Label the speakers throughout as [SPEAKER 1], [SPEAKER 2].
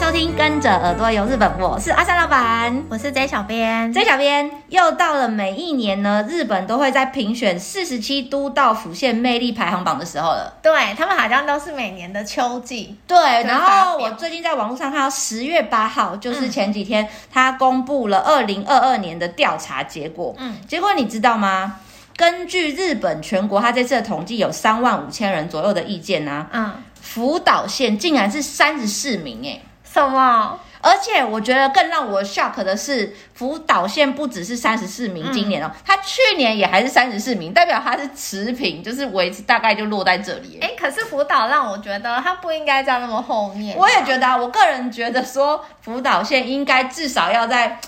[SPEAKER 1] 收听《跟着耳朵游日本》，我是阿三老板。
[SPEAKER 2] 我是 J 小编
[SPEAKER 1] J 小编又到了每一年呢，日本都会在评选四十七都道府县魅力排行榜的时候了。
[SPEAKER 2] 对他们好像都是每年的秋季，
[SPEAKER 1] 对，
[SPEAKER 2] 就
[SPEAKER 1] 然后
[SPEAKER 2] 发表
[SPEAKER 1] 我最近在网络上看到十月八号，就是前几天、他公布了二零二二年的调查结果。
[SPEAKER 2] 嗯，
[SPEAKER 1] 结果你知道吗？根据日本全国他这次的统计，有三万五千人左右的意见啊，
[SPEAKER 2] 嗯，
[SPEAKER 1] 福岛县竟然是三十四名哎、
[SPEAKER 2] 什么？
[SPEAKER 1] 而且我觉得更让我 shock 的是，福岛县不只是三十四名，今年哦，他去年也还是三十四名，代表他是持平，就是维持大概就落在这里耶。
[SPEAKER 2] 哎、可是福岛让我觉得他不应该在那么后面。
[SPEAKER 1] 我也觉得啊，我个人觉得说，福岛县应该至少要在。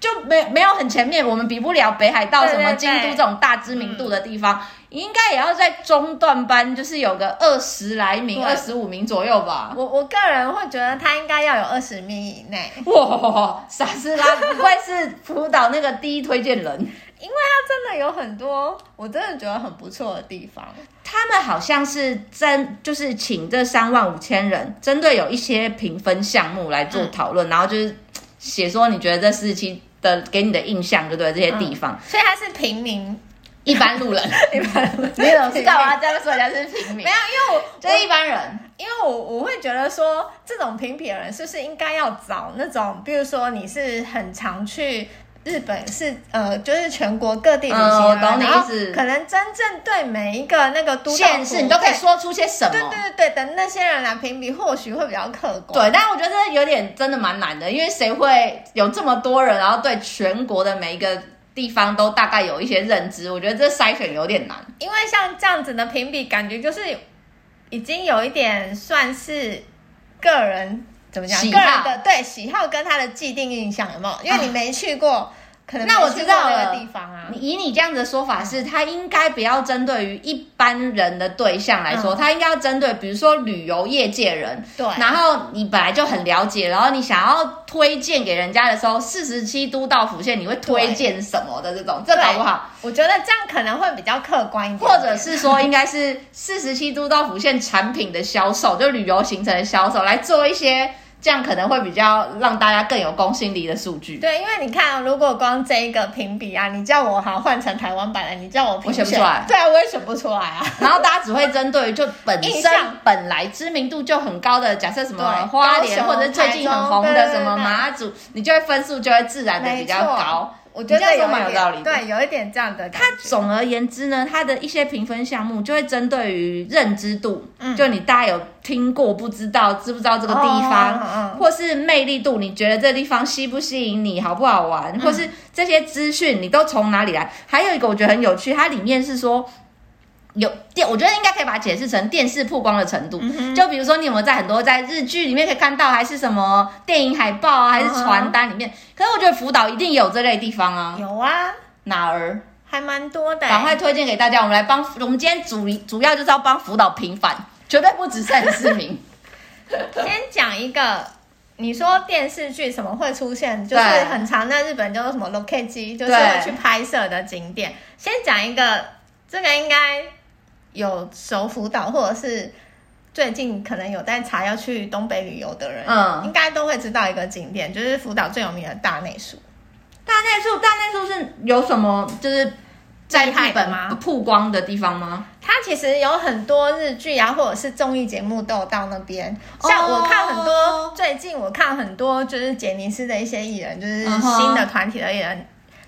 [SPEAKER 1] 就没没有很前面，我们比不了北海道
[SPEAKER 2] 对
[SPEAKER 1] 什
[SPEAKER 2] 对
[SPEAKER 1] 么京都
[SPEAKER 2] 对
[SPEAKER 1] 这种大知名度的地方，应该也要在中段班，就是有个二十来名、
[SPEAKER 2] 对
[SPEAKER 1] 二十五名左右吧。
[SPEAKER 2] 我我个人会觉得他应该要有二十米以内，
[SPEAKER 1] 哇，傻斯拉不愧是福岛那个第一推荐人。
[SPEAKER 2] 因为他真的有很多我真的觉得很不错的地方。
[SPEAKER 1] 他们好像是针，就是请这三万五千人，针对有一些评分项目来做讨论，然后就是嘖写说你觉得这四十七的给你的印象，对不对？这些地方、
[SPEAKER 2] 所以他是平民，
[SPEAKER 1] 一般路人，
[SPEAKER 2] 一般
[SPEAKER 1] 你怎么知道我要这样说人家是平民
[SPEAKER 2] 没？有，因为我
[SPEAKER 1] 就是一般人，
[SPEAKER 2] 因为我我会觉得说，这种评比的人是不是应该要找那种，比如说你是很常去日本，是呃，就是全国各地旅行、啊
[SPEAKER 1] 嗯我懂你
[SPEAKER 2] 然后
[SPEAKER 1] 意思
[SPEAKER 2] 可能真正对每一个那个都道
[SPEAKER 1] 县
[SPEAKER 2] 府
[SPEAKER 1] 市你都可以说出些什么？
[SPEAKER 2] 对对对对的那些人来评比，或许会比较客
[SPEAKER 1] 对，
[SPEAKER 2] 观。
[SPEAKER 1] 但我觉得这有点真的蛮难的，因为谁会有这么多人，然后对全国的每一个地方都大概有一些认知？我觉得这筛选有点难。
[SPEAKER 2] 因为像这样子的评比，感觉就是已经有一点算是个人怎么讲，
[SPEAKER 1] 喜
[SPEAKER 2] 个
[SPEAKER 1] 好啊
[SPEAKER 2] 人的对喜好跟他的既定印象有没有？因为你没去过，可能没
[SPEAKER 1] 那我
[SPEAKER 2] 去
[SPEAKER 1] 知
[SPEAKER 2] 过
[SPEAKER 1] 道
[SPEAKER 2] 那
[SPEAKER 1] 了
[SPEAKER 2] 个地方啊
[SPEAKER 1] 你。以你这样的说法是，他应该不要针对于一般人的对象来说，
[SPEAKER 2] 嗯
[SPEAKER 1] 他应该要针对比如说旅游业界人。
[SPEAKER 2] 对，
[SPEAKER 1] 然后你本来就很了解，然后你想要推荐给人家的时候，四十七都道府县你会推荐什么的这种，这搞不好，
[SPEAKER 2] 我觉得这样可能会比较客观一点
[SPEAKER 1] 或者是说应该是四十七都道府县产品的销售，就旅游行程的销售来做一些，这样可能会比较让大家更有公信力的数据。
[SPEAKER 2] 对，因为你看、如果光这一个评比啊，你叫我好换成台湾版的，你叫我评
[SPEAKER 1] 我选不出来
[SPEAKER 2] 对啊，我也选不出来啊。
[SPEAKER 1] 然后大家只会针对于就本
[SPEAKER 2] 印
[SPEAKER 1] 身
[SPEAKER 2] 象
[SPEAKER 1] 本来知名度就很高的，假设什么
[SPEAKER 2] 对
[SPEAKER 1] 花莲
[SPEAKER 2] 高雄
[SPEAKER 1] 或者是最近很红
[SPEAKER 2] 台
[SPEAKER 1] 的
[SPEAKER 2] 中
[SPEAKER 1] 什么
[SPEAKER 2] 对对对
[SPEAKER 1] 马祖，你就会分数就会自然的比较高。
[SPEAKER 2] 我觉
[SPEAKER 1] 你这
[SPEAKER 2] 得
[SPEAKER 1] 样
[SPEAKER 2] 有
[SPEAKER 1] 说蛮有
[SPEAKER 2] 一点
[SPEAKER 1] 道理的
[SPEAKER 2] 对，有一点这样的感
[SPEAKER 1] 它
[SPEAKER 2] 觉。
[SPEAKER 1] 总而言之呢，它的一些评分项目就会针对于认知度，
[SPEAKER 2] 嗯
[SPEAKER 1] 就你大家有听过不知道知不知道这个地方，
[SPEAKER 2] 哦嗯嗯嗯
[SPEAKER 1] 或是魅力度，你觉得这地方吸不吸引你，好不好玩，
[SPEAKER 2] 嗯
[SPEAKER 1] 或是这些资讯你都从哪里来？还有一个我觉得很有趣，它里面是说。有电，我觉得应该可以把它解释成电视曝光的程度。
[SPEAKER 2] 嗯
[SPEAKER 1] 就比如说，你有没有在很多在日剧里面可以看到，还是什么电影海报啊，还是
[SPEAKER 2] 嗯哼
[SPEAKER 1] 传单里面？可是我觉得福岛一定有这类地方啊，
[SPEAKER 2] 有啊，
[SPEAKER 1] 哪儿？
[SPEAKER 2] 还蛮多的欸、
[SPEAKER 1] 赶快推荐给大家，我们来帮我们今天主主要就是要帮福岛平反，绝对不止三十四名。
[SPEAKER 2] 先讲一个，你说电视剧什么会出现，就是
[SPEAKER 1] 对
[SPEAKER 2] 很常在日本叫做什么 l o c a t 就是
[SPEAKER 1] 对
[SPEAKER 2] 会去拍摄的景点。先讲一个，这个应该有熟辅导，或者是最近可能有在查要去东北旅游的人，
[SPEAKER 1] 嗯
[SPEAKER 2] 应该都会知道一个景点，就是福岛最有名的大内宿。
[SPEAKER 1] 大内宿，大内宿是有什么就是在
[SPEAKER 2] 厉
[SPEAKER 1] 日
[SPEAKER 2] 害的
[SPEAKER 1] 本
[SPEAKER 2] 吗
[SPEAKER 1] 曝光的地方吗？
[SPEAKER 2] 它其实有很多日剧啊，或者是综艺节目都有到那边。
[SPEAKER 1] 哦
[SPEAKER 2] 像我看很多，最近我看很多就是杰尼斯的一些艺人，就是
[SPEAKER 1] 嗯哼
[SPEAKER 2] 新的团体的艺人。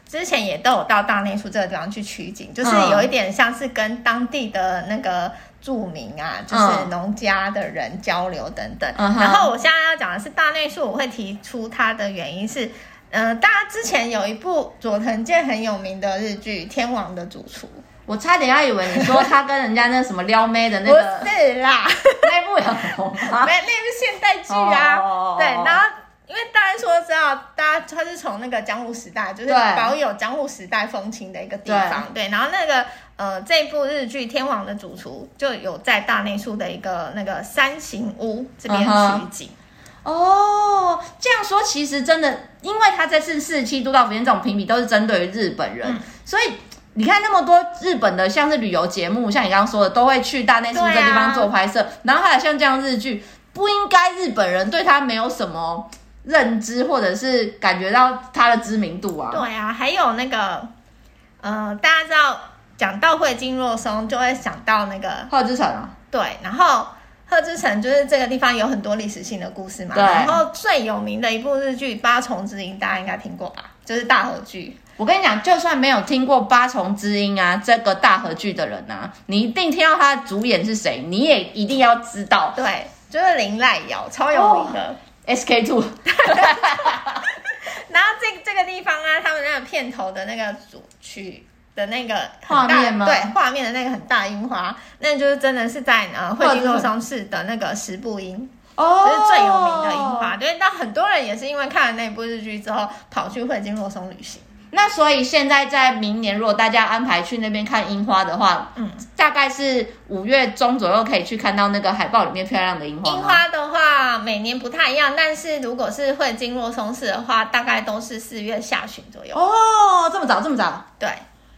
[SPEAKER 2] 之前也都有到大内宿这个地方去取景，就是
[SPEAKER 1] 嗯
[SPEAKER 2] 有一点像是跟当地的那个住民啊，就是农家的人交流等等。
[SPEAKER 1] 嗯嗯哼
[SPEAKER 2] 然后我现在要讲的是大内宿，我会提出它的原因是，呃，大家之前有一部佐藤健很有名的日剧《天王的主厨
[SPEAKER 1] 我差点要以为你说他跟人家那什么撩妹的》，那
[SPEAKER 2] 不
[SPEAKER 1] 个
[SPEAKER 2] 是啦，
[SPEAKER 1] 那一部有红 吗？
[SPEAKER 2] 没，那是现代剧啊。
[SPEAKER 1] 哦哦哦哦
[SPEAKER 2] 对，然后因为大家说知道，大家它是从那个江户时代，就是
[SPEAKER 1] 对
[SPEAKER 2] 保有江户时代风情的一个地方。对，然后那个呃，这部日剧《天王的主厨》就有在大内宿的一个那个山形屋这边
[SPEAKER 1] 嗯哼
[SPEAKER 2] 取景。
[SPEAKER 1] 哦，这样说其实真的，因为他这次四十七都道府县这种评比都是针对于日本人，所以你看那么多日本的像是旅游节目，像你刚刚说的，都会去大内宿这地
[SPEAKER 2] 对
[SPEAKER 1] 方
[SPEAKER 2] 啊
[SPEAKER 1] 做拍摄，然后还有像这样日剧。不应该日本人对他没有什么认知，或者是感觉到他的知名度啊。
[SPEAKER 2] 对啊，还有那个，呃，大家知道讲到会津若松，就会想到那个
[SPEAKER 1] 贺之城啊，
[SPEAKER 2] 对，然后贺知城就是这个地方有很多历史性的故事嘛。
[SPEAKER 1] 对
[SPEAKER 2] 然后最有名的一部日剧《八重之音》，大家应该听过吧？就是大和剧。
[SPEAKER 1] 我跟你讲，就算没有听过《八重之音》啊这个大合剧的人啊，你一定听到他的主演是谁，你也一定要知道
[SPEAKER 2] 对，就是林濑遥，超有名的。
[SPEAKER 1] 哦 S K two。
[SPEAKER 2] 然后这这个地方啊，他们那个片头的那个主曲的那个很
[SPEAKER 1] 画
[SPEAKER 2] 大
[SPEAKER 1] 面吗
[SPEAKER 2] 对，画面的那个很大樱花，那就是真的是在呃惠津若松市的那个十步樱，
[SPEAKER 1] 哦
[SPEAKER 2] 这是最有名的樱花。对，那很多人也是因为看了那部日剧之后，跑去惠津若松旅行。
[SPEAKER 1] 那所以现在在明年，如果大家安排去那边看樱花的话，
[SPEAKER 2] 嗯，
[SPEAKER 1] 大概是五月中左右可以去看到那个海报里面漂亮的樱花吗。
[SPEAKER 2] 樱花的话，每年不太一样，但是如果是惠津若松市的话，大概都是四月下旬左右。
[SPEAKER 1] 哦，这么早，这么早。
[SPEAKER 2] 对，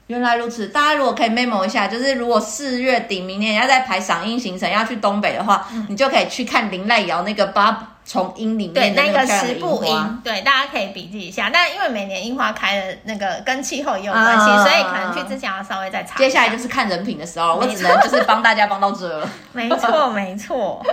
[SPEAKER 1] 原来如此，大家如果可以 memo 一下，就是如果四月底明年要再排赏樱行程要去东北的话，
[SPEAKER 2] 嗯
[SPEAKER 1] 你就可以去看林濑遥那个八重樱里
[SPEAKER 2] 对，
[SPEAKER 1] 面的
[SPEAKER 2] 那
[SPEAKER 1] 个
[SPEAKER 2] 个
[SPEAKER 1] 漂亮的
[SPEAKER 2] 十
[SPEAKER 1] 樱
[SPEAKER 2] 步
[SPEAKER 1] 花。
[SPEAKER 2] 樱，对，大家可以笔记一下。但因为每年樱花开的那个跟气候也有关系，
[SPEAKER 1] 啊
[SPEAKER 2] 所以可能去之前要稍微再查一下。
[SPEAKER 1] 接下来就是看人品的时候，我
[SPEAKER 2] 没
[SPEAKER 1] 只能就是帮大家帮到这 了。
[SPEAKER 2] 没错，没错。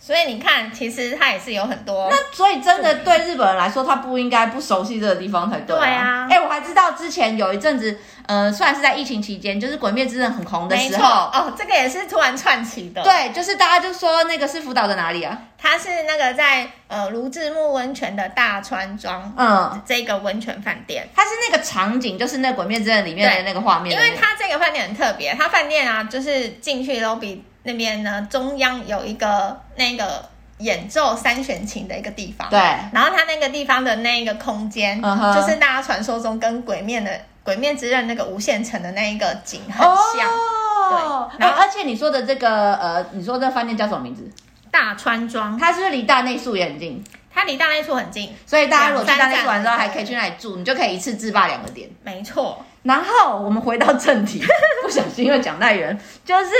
[SPEAKER 2] 所以你看，其实它也是有很多，
[SPEAKER 1] 那所以真的对日本人来说，他不应该不熟悉这个地方才对、
[SPEAKER 2] 对啊
[SPEAKER 1] 哎、我还知道之前有一阵子，呃，虽然是在疫情期间，就是《鬼灭之刃》很红的
[SPEAKER 2] 没
[SPEAKER 1] 时
[SPEAKER 2] 错
[SPEAKER 1] 候，
[SPEAKER 2] 哦，这个也是突然串起的。，
[SPEAKER 1] 对，就是大家就说那个是福岛的哪里啊？
[SPEAKER 2] 它是那个在呃卢志木温泉的大川庄、
[SPEAKER 1] 嗯，
[SPEAKER 2] 这个温泉饭店。
[SPEAKER 1] 它是那个场景，就是那《鬼灭之刃》里面的那个画面
[SPEAKER 2] 因
[SPEAKER 1] 的那个，
[SPEAKER 2] 为它这个饭店很特别，它饭店啊，就是进去 lobby 那边呢，中央有一个那个演奏三弦琴的一个地方。
[SPEAKER 1] 对
[SPEAKER 2] 然后它那个地方的那个空间
[SPEAKER 1] 嗯哼
[SPEAKER 2] 就是大家传说中跟鬼面的《鬼面之刃》那个无限城的那一个景很像。
[SPEAKER 1] 哦，哎、
[SPEAKER 2] 对然后
[SPEAKER 1] 而且你说的这个呃，你说这饭店叫什么名字？
[SPEAKER 2] 大川庄，
[SPEAKER 1] 它是不是离大内宿也很近？
[SPEAKER 2] 它离大内处很近，
[SPEAKER 1] 所以大家如果去
[SPEAKER 2] 两
[SPEAKER 1] 大
[SPEAKER 2] 三
[SPEAKER 1] 内
[SPEAKER 2] 站
[SPEAKER 1] 宿玩之后，还可以去那里住，你就可以一次自霸两个点。
[SPEAKER 2] 没错。
[SPEAKER 1] 然后我们回到正 题，不小心又讲太远，就是。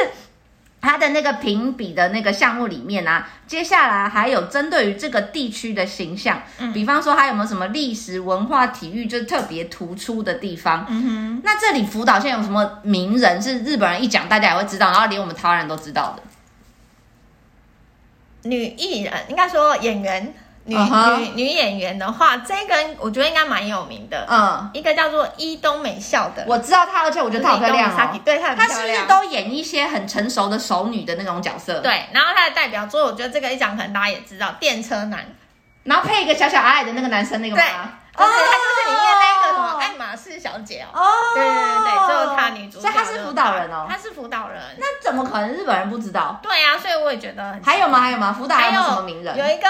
[SPEAKER 1] 它的那个评比的那个项目里面啊，接下来还有针对于这个地区的形象，比方说它有没有什么历史文化、体育就是特别突出的地方？
[SPEAKER 2] 嗯
[SPEAKER 1] 那这里福岛县有什么名人是日本人一讲大家也会知道，然后连我们台湾人都知道的？
[SPEAKER 2] 哼，女艺人应该说演员，女、
[SPEAKER 1] 嗯哼
[SPEAKER 2] 女女演员的话，这个我觉得应该蛮有名的。
[SPEAKER 1] 嗯，
[SPEAKER 2] 一个叫做伊东美笑的，
[SPEAKER 1] 我知道她，而且我觉得她好漂亮哦。
[SPEAKER 2] 对，她很
[SPEAKER 1] 她
[SPEAKER 2] 漂
[SPEAKER 1] 是不
[SPEAKER 2] 亮。
[SPEAKER 1] 是都演一些很成熟的熟女的那种角色？。
[SPEAKER 2] 对，然后她的代表作，我觉得这个一讲可能大家也知道，电车男，
[SPEAKER 1] 哦然后配一个小小矮矮的那个男生那个
[SPEAKER 2] 对，
[SPEAKER 1] 吗？
[SPEAKER 2] 就是她就是里面那个什么
[SPEAKER 1] 哦
[SPEAKER 2] 爱马仕小姐哦，
[SPEAKER 1] 哦，
[SPEAKER 2] 对对对，就是她女主角，
[SPEAKER 1] 所以她是福岛人哦。
[SPEAKER 2] 她是辅导人，
[SPEAKER 1] 那怎么可能日本人不知道？
[SPEAKER 2] 对啊，所以我也觉得很
[SPEAKER 1] 还有吗？还有吗？福岛
[SPEAKER 2] 还
[SPEAKER 1] 还有
[SPEAKER 2] 有
[SPEAKER 1] 没有什么名人？
[SPEAKER 2] 有一个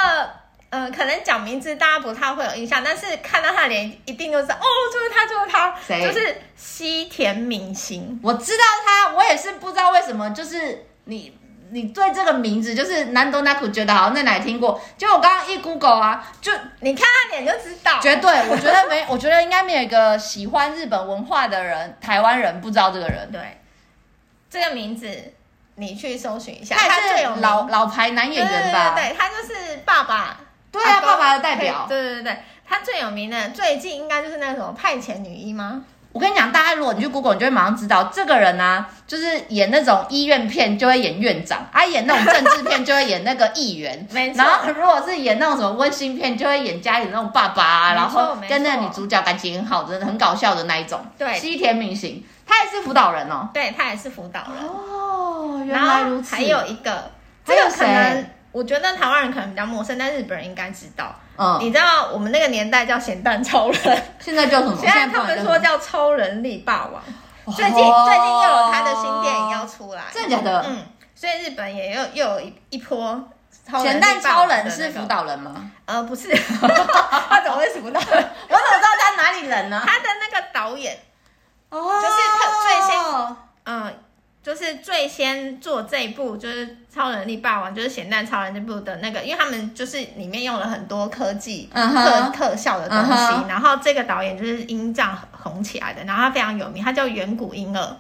[SPEAKER 2] 呃，可能讲名字大家不太会有印象，但是看到她的脸一定就知道，哦，就是她，就是她，
[SPEAKER 1] 谁
[SPEAKER 2] 就是西田敏行。
[SPEAKER 1] 我知道她，我也是不知道为什么，就是你。你对这个名字就是南多纳库觉得好像在哪里听过，结果我刚刚一 Google 啊，就
[SPEAKER 2] 你看她脸就知道，
[SPEAKER 1] 绝对，我觉得没，我觉得应该没有一个喜欢日本文化的人，台湾人不知道这个人。
[SPEAKER 2] 对，这个名字你去搜寻一下，
[SPEAKER 1] 他
[SPEAKER 2] 最
[SPEAKER 1] 也
[SPEAKER 2] 有
[SPEAKER 1] 是
[SPEAKER 2] 名
[SPEAKER 1] 老老牌男演员吧？
[SPEAKER 2] 对对对，他就是爸爸，
[SPEAKER 1] 对啊
[SPEAKER 2] 阿公
[SPEAKER 1] 爸爸的代表
[SPEAKER 2] 对对对对，他最有名的最近应该就是那个什么派遣女医吗？。
[SPEAKER 1] 我跟你讲，大家如果你去 Google，你就会马上知道这个人啊，就是演那种医院片就会演院长，啊，演那种政治片就会演那个议员
[SPEAKER 2] 没错
[SPEAKER 1] 然后如果是演那种什么温馨片，就会演家里的那种爸爸、啊，
[SPEAKER 2] 没错
[SPEAKER 1] 然后
[SPEAKER 2] 没错
[SPEAKER 1] 跟那个女主角感情很好的、很搞笑的那一种。
[SPEAKER 2] 对
[SPEAKER 1] 西田敏行，他也是辅导人哦。
[SPEAKER 2] 对他也是辅导人，
[SPEAKER 1] 哦，
[SPEAKER 2] 然后还有一个，
[SPEAKER 1] 还
[SPEAKER 2] 这
[SPEAKER 1] 有
[SPEAKER 2] 个可能
[SPEAKER 1] 谁
[SPEAKER 2] 我觉得台湾人可能比较陌生，但日本人应该知道。
[SPEAKER 1] 嗯，
[SPEAKER 2] 你知道我们那个年代叫咸蛋超人，
[SPEAKER 1] 现在叫什么？
[SPEAKER 2] 现在他
[SPEAKER 1] 不
[SPEAKER 2] 们
[SPEAKER 1] 能
[SPEAKER 2] 说叫超人力霸王。
[SPEAKER 1] 叫
[SPEAKER 2] 最近最近又有他的新电影要
[SPEAKER 1] 哦
[SPEAKER 2] 出来，
[SPEAKER 1] 真的假的？
[SPEAKER 2] 嗯，所以日本也又又有一一波超
[SPEAKER 1] 咸
[SPEAKER 2] 人力
[SPEAKER 1] 蛋
[SPEAKER 2] 霸
[SPEAKER 1] 超
[SPEAKER 2] 王的
[SPEAKER 1] 人是
[SPEAKER 2] 那个
[SPEAKER 1] 辅导人吗？
[SPEAKER 2] 呃，不是， 他怎么会辅导？他
[SPEAKER 1] 我怎么知道他哪里人呢？
[SPEAKER 2] 的那个导演，
[SPEAKER 1] 哦
[SPEAKER 2] 就是他最先嗯、就是最先做这一部就是《超能力霸王》，就是《咸蛋超人》这部的那个，因为他们就是里面用了很多科技、
[SPEAKER 1] 嗯
[SPEAKER 2] 特
[SPEAKER 1] 哼
[SPEAKER 2] 特效的东西
[SPEAKER 1] 嗯哼
[SPEAKER 2] 然后这个导演就是因这样红起来的，然后他非常有名，他叫远古婴儿，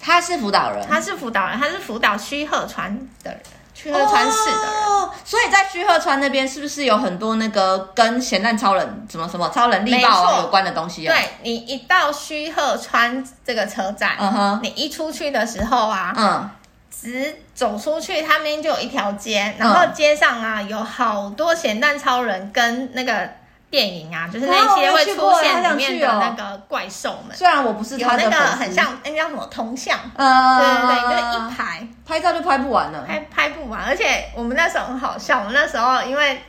[SPEAKER 1] 他是辅导人，
[SPEAKER 2] 他是辅导人，他是辅导须贺川的人，须贺川市的人。
[SPEAKER 1] 哦，所以在须贺川那边是不是有很多那个跟咸蛋超人什么什么超人力爆
[SPEAKER 2] 没
[SPEAKER 1] 啊
[SPEAKER 2] 错
[SPEAKER 1] 有关的东西啊？，
[SPEAKER 2] 对你一到须贺川这个车站，
[SPEAKER 1] 嗯哼，
[SPEAKER 2] 你一出去的时候啊，
[SPEAKER 1] 嗯，
[SPEAKER 2] 直走出去，他们就有一条街，
[SPEAKER 1] 嗯
[SPEAKER 2] 然后街上啊有好多咸蛋超人跟那个电影啊，就是那些会出现里面的那个怪兽们，
[SPEAKER 1] 虽然我不是
[SPEAKER 2] 有
[SPEAKER 1] 他
[SPEAKER 2] 那
[SPEAKER 1] 的
[SPEAKER 2] 个
[SPEAKER 1] 粉丝，
[SPEAKER 2] 很像那叫什么铜像，
[SPEAKER 1] 呃，
[SPEAKER 2] 对对对，就是一排
[SPEAKER 1] 拍照就拍不完了。
[SPEAKER 2] 拍拍不完，而且我们那时候很好笑，我们那时候因为。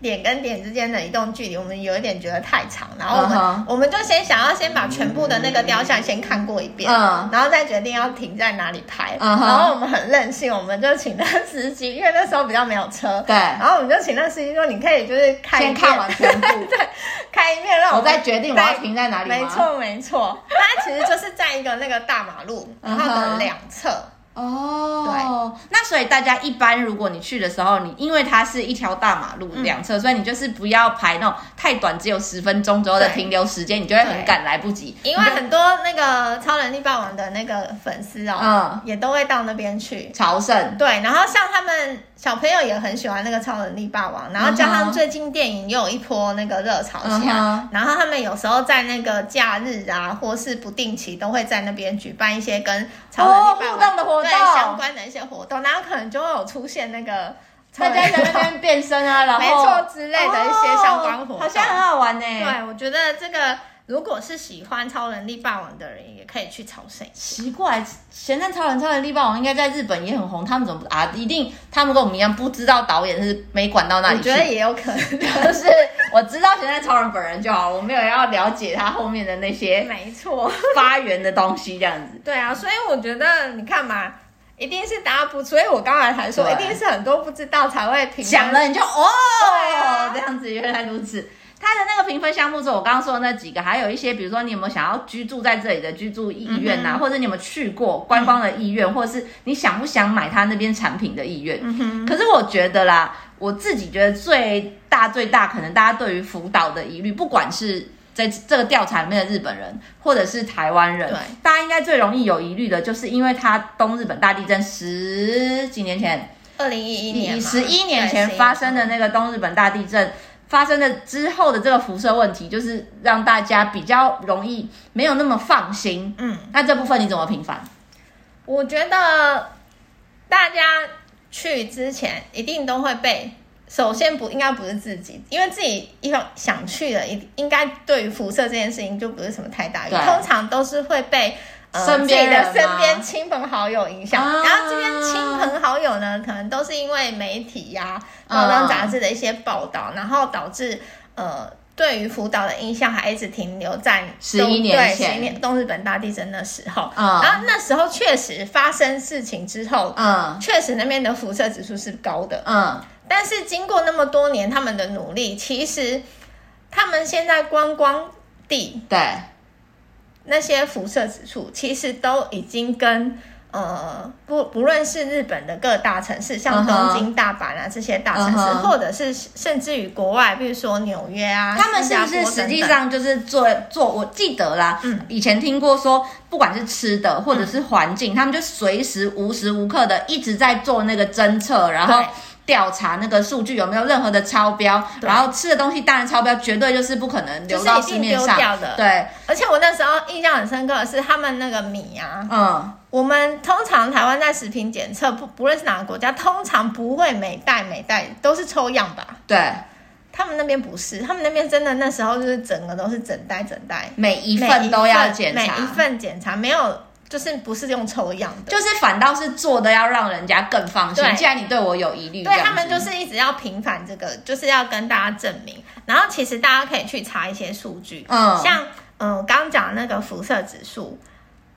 [SPEAKER 2] 点跟点之间的移动距离，我们有一点觉得太长，然后我们、
[SPEAKER 1] 嗯哼
[SPEAKER 2] 我们就先想要先把全部的那个雕像先看过一遍，
[SPEAKER 1] 嗯
[SPEAKER 2] 然后再决定要停在哪里拍。
[SPEAKER 1] 嗯哼
[SPEAKER 2] 然后我们很任性，我们就请那司机，因为那时候比较没有车，
[SPEAKER 1] 对，
[SPEAKER 2] 然后我们就请那司机说：“你可以就是开一
[SPEAKER 1] 先
[SPEAKER 2] 遍
[SPEAKER 1] 看完全部，
[SPEAKER 2] 开一遍，让
[SPEAKER 1] 我
[SPEAKER 2] 们
[SPEAKER 1] 再决定我要停在哪里吗？
[SPEAKER 2] 没，错没错，它其实就是在一个那个大马路，然
[SPEAKER 1] 嗯哼
[SPEAKER 2] 后的两侧，
[SPEAKER 1] 哦，对，那所以大家一般如果你去的时候，你因为它是一条大马路两侧，所以你就是不要排那种太短，只有十分钟左右的
[SPEAKER 2] 对
[SPEAKER 1] 停留时间，你就会
[SPEAKER 2] 对
[SPEAKER 1] 很赶来不及。
[SPEAKER 2] 因为很多那个超能力霸王的那个粉丝哦，
[SPEAKER 1] 嗯，
[SPEAKER 2] 也都会到那边去。
[SPEAKER 1] 朝圣，
[SPEAKER 2] 对，然后像他们小朋友也很喜欢那个超能力霸王，然后加
[SPEAKER 1] 嗯
[SPEAKER 2] 上
[SPEAKER 1] 哼
[SPEAKER 2] 最近电影又有一波那个热潮
[SPEAKER 1] 嗯
[SPEAKER 2] 下，
[SPEAKER 1] 哼
[SPEAKER 2] 然后他们有时候在那个假日啊，或是不定期都会在那边举办一些跟超能
[SPEAKER 1] 哦，
[SPEAKER 2] 力霸
[SPEAKER 1] 互
[SPEAKER 2] 王、
[SPEAKER 1] 动的活
[SPEAKER 2] 对相
[SPEAKER 1] 动，
[SPEAKER 2] 关的一些活动，然后可能就会有出现那个
[SPEAKER 1] 大
[SPEAKER 2] 超能
[SPEAKER 1] 家
[SPEAKER 2] 力
[SPEAKER 1] 在那
[SPEAKER 2] 霸王
[SPEAKER 1] 边变身啊， 然后
[SPEAKER 2] 没错之类的一些相关活动，
[SPEAKER 1] 哦好像很好玩呢。
[SPEAKER 2] 对，我觉得这个如果是喜欢超能力霸王的人，也可以去朝圣一下。
[SPEAKER 1] 奇怪，咸蛋超人、超人力霸王应该在日本也很红，他们怎么不啊？一定他们跟我们一样不知道导演是没管到那
[SPEAKER 2] 我
[SPEAKER 1] 里去。
[SPEAKER 2] 觉得也有可能，
[SPEAKER 1] 就是我知道咸蛋超人本人就好，我没有要了解他后面的那些
[SPEAKER 2] 没错。
[SPEAKER 1] 发源的东西这样子。
[SPEAKER 2] 对啊，所以我觉得你看嘛，一定是大家不，所以我刚才才说，
[SPEAKER 1] 对
[SPEAKER 2] 一定是很多不知道才会评
[SPEAKER 1] 讲了你就哦，
[SPEAKER 2] 对啊
[SPEAKER 1] 这样子原来如此。它的那个评分项目是我刚刚说的那几个，还有一些，比如说你有没有想要居住在这里的居住意愿
[SPEAKER 2] 嗯
[SPEAKER 1] 呐、或者你有没有去过观光的意愿，或者是你想不想买他那边产品的意愿。
[SPEAKER 2] 嗯
[SPEAKER 1] 可是我觉得啦，我自己觉得最大最大可能大家对于福岛的疑虑，不管是在这个调查里面的日本人，或者是台湾人
[SPEAKER 2] 对，
[SPEAKER 1] 大家应该最容易有疑虑的，就是因为它东日本大地震十几年前，
[SPEAKER 2] 二零一一年
[SPEAKER 1] 以
[SPEAKER 2] 嘛，
[SPEAKER 1] 十一年前发生的那个东日本大地震发生的之后的这个辐射问题，就是让大家比较容易没有那么放心。
[SPEAKER 2] 对，11嗯，
[SPEAKER 1] 那这部分你怎么平反？
[SPEAKER 2] 我觉得大家去之前一定都会被。首先不应该不是自己，因为自己一方想去的，一应该对于辐射这件事情就不是什么太大
[SPEAKER 1] 对
[SPEAKER 2] 通常都是会被、呃、
[SPEAKER 1] 身边
[SPEAKER 2] 自己的
[SPEAKER 1] 人吗
[SPEAKER 2] 身边亲朋好友影响。
[SPEAKER 1] 啊
[SPEAKER 2] 然后这边亲朋好友呢，可能都是因为媒体呀、报章
[SPEAKER 1] 嗯
[SPEAKER 2] 杂志的一些报道，然后导致呃对于福岛的印象还一直停留在
[SPEAKER 1] 11
[SPEAKER 2] 东
[SPEAKER 1] 年
[SPEAKER 2] 对
[SPEAKER 1] 前
[SPEAKER 2] 11年东日本大地震的时候。
[SPEAKER 1] 嗯
[SPEAKER 2] 然啊后那时候确实发生事情之后，
[SPEAKER 1] 嗯
[SPEAKER 2] 确实那边的辐射指数是高的，
[SPEAKER 1] 嗯，
[SPEAKER 2] 但是经过那么多年他们的努力，其实他们现在观光地
[SPEAKER 1] 对，
[SPEAKER 2] 那些辐射指数其实都已经跟呃不不论是日本的各大城市，像
[SPEAKER 1] 嗯哼
[SPEAKER 2] 东京、大阪啊这些大城市
[SPEAKER 1] 嗯哼
[SPEAKER 2] 或者是甚至于国外，比如说纽约啊，
[SPEAKER 1] 他们是不
[SPEAKER 2] 新加
[SPEAKER 1] 是
[SPEAKER 2] 坡
[SPEAKER 1] 实际
[SPEAKER 2] 等等
[SPEAKER 1] 上就是做做？我记得啦，
[SPEAKER 2] 嗯
[SPEAKER 1] 以前听过说，不管是吃的或者是环
[SPEAKER 2] 嗯
[SPEAKER 1] 境，他们就随时无时无刻的一直在做那个侦测，然后
[SPEAKER 2] 对
[SPEAKER 1] 调查那个数据有没有任何的超标，
[SPEAKER 2] 对
[SPEAKER 1] 然后吃的东西当然超标，绝对就是不可能流到市面
[SPEAKER 2] 就是一定丢
[SPEAKER 1] 上。
[SPEAKER 2] 掉的
[SPEAKER 1] 对，
[SPEAKER 2] 而且我那时候印象很深刻的是，他们那个米啊，
[SPEAKER 1] 嗯，
[SPEAKER 2] 我们通常台湾在食品检测，不不论是哪个国家，通常不会每袋每袋都是抽样吧？
[SPEAKER 1] 对，
[SPEAKER 2] 他们那边不是，他们那边真的那时候就是整个都是整袋整袋，
[SPEAKER 1] 每一
[SPEAKER 2] 每
[SPEAKER 1] 份都要检
[SPEAKER 2] 每
[SPEAKER 1] 查，
[SPEAKER 2] 一份检查没有，就是不是用抽样的。
[SPEAKER 1] 就是反倒是做的要让人家更放心。
[SPEAKER 2] 对
[SPEAKER 1] 既然你对我有疑虑，
[SPEAKER 2] 对
[SPEAKER 1] 这样
[SPEAKER 2] 他们
[SPEAKER 1] 子
[SPEAKER 2] 就是一直要平反这个，就是要跟大家证明。然后其实大家可以去查一些数据，
[SPEAKER 1] 嗯
[SPEAKER 2] 像嗯，呃刚刚讲的那个辐射指数，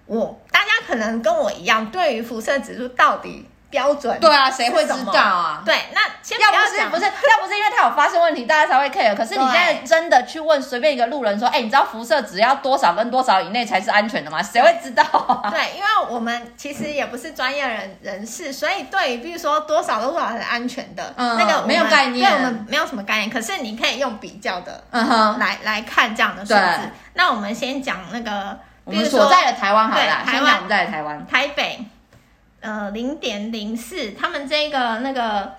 [SPEAKER 2] 我大家可能跟我一样，对于辐射指数到底标准
[SPEAKER 1] 对啊，谁会知
[SPEAKER 2] 是什么
[SPEAKER 1] 道啊？
[SPEAKER 2] 对，那先不
[SPEAKER 1] 要不
[SPEAKER 2] 要
[SPEAKER 1] 是
[SPEAKER 2] 讲，
[SPEAKER 1] 不是，要不是因为它有发生问题，大家才会 care。可是你
[SPEAKER 2] 对
[SPEAKER 1] 现在真的去问随便一个路人说，哎、你知道辐射值要多少跟多少以内才是安全的吗？谁会知道啊？
[SPEAKER 2] 对，因为我们其实也不是专业人人士，所以对于比如说多少多少是安全的，
[SPEAKER 1] 嗯
[SPEAKER 2] 那个我们
[SPEAKER 1] 没有概念
[SPEAKER 2] 对我们没有什么概念。可是你可以用比较的
[SPEAKER 1] 嗯哼，
[SPEAKER 2] 来来看这样的数
[SPEAKER 1] 对
[SPEAKER 2] 字。那我们先讲那个，
[SPEAKER 1] 我
[SPEAKER 2] 比如
[SPEAKER 1] 们
[SPEAKER 2] 说
[SPEAKER 1] 所在的台湾好了啦，
[SPEAKER 2] 对
[SPEAKER 1] 先
[SPEAKER 2] 台湾
[SPEAKER 1] 讲我们在的台湾，
[SPEAKER 2] 台北，呃，零点零四，他们这个那个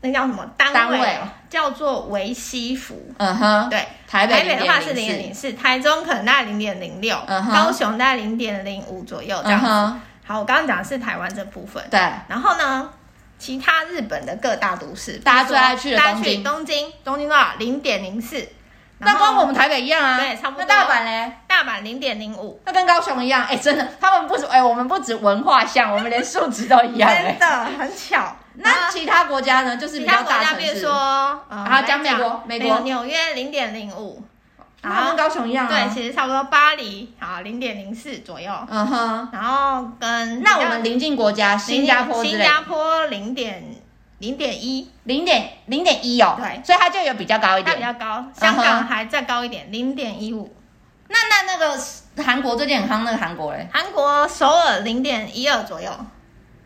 [SPEAKER 2] 那叫什么单
[SPEAKER 1] 单
[SPEAKER 2] 位哦？
[SPEAKER 1] 位
[SPEAKER 2] 叫做维西服。
[SPEAKER 1] 嗯哼，
[SPEAKER 2] 对，
[SPEAKER 1] 台北
[SPEAKER 2] 台北的话是
[SPEAKER 1] 0.04
[SPEAKER 2] 零点零四，台中可能大概零点零六，
[SPEAKER 1] 嗯哼
[SPEAKER 2] 高雄大概零点零五左右这
[SPEAKER 1] 嗯
[SPEAKER 2] 样子。
[SPEAKER 1] 哼，
[SPEAKER 2] 好，我刚刚讲的是台湾这部分，
[SPEAKER 1] 对，
[SPEAKER 2] 然后呢，其他日本的各大都市，
[SPEAKER 1] 大家最爱去的
[SPEAKER 2] 比如说
[SPEAKER 1] 东京
[SPEAKER 2] 大家去东京，东京多少？零点零四。
[SPEAKER 1] 那跟我们台北一样啊，
[SPEAKER 2] 对差不
[SPEAKER 1] 那
[SPEAKER 2] 多
[SPEAKER 1] 大阪嘞？
[SPEAKER 2] 大阪零点零五，
[SPEAKER 1] 那跟高雄一样，哎、真的，他们不止哎、我们不止文化像，我们连数值都一样哎、
[SPEAKER 2] 真的很巧。
[SPEAKER 1] 那其他国家呢，就是
[SPEAKER 2] 其
[SPEAKER 1] 比
[SPEAKER 2] 他
[SPEAKER 1] 较
[SPEAKER 2] 国
[SPEAKER 1] 大
[SPEAKER 2] 家，
[SPEAKER 1] 城
[SPEAKER 2] 比如
[SPEAKER 1] 市，
[SPEAKER 2] 说，呃，
[SPEAKER 1] 好讲
[SPEAKER 2] 来
[SPEAKER 1] 美国美国
[SPEAKER 2] 纽约零点零五，然
[SPEAKER 1] 那
[SPEAKER 2] 后
[SPEAKER 1] 跟高雄一样
[SPEAKER 2] 对，
[SPEAKER 1] 啊。，
[SPEAKER 2] 其实差不多巴黎好零点零四左右，
[SPEAKER 1] 嗯哼。
[SPEAKER 2] 然后跟
[SPEAKER 1] 那我们邻近国家新加坡之
[SPEAKER 2] 新
[SPEAKER 1] 类
[SPEAKER 2] 加坡零点零点一，
[SPEAKER 1] 零点零点一哦，
[SPEAKER 2] 对
[SPEAKER 1] 所以它就有比较高一
[SPEAKER 2] 它比
[SPEAKER 1] 点。
[SPEAKER 2] 较高，香港还再高一点，零点一五，
[SPEAKER 1] 那那那个韩国最近很夯那个韩国嘞，
[SPEAKER 2] 韩国首尔零点一二左右，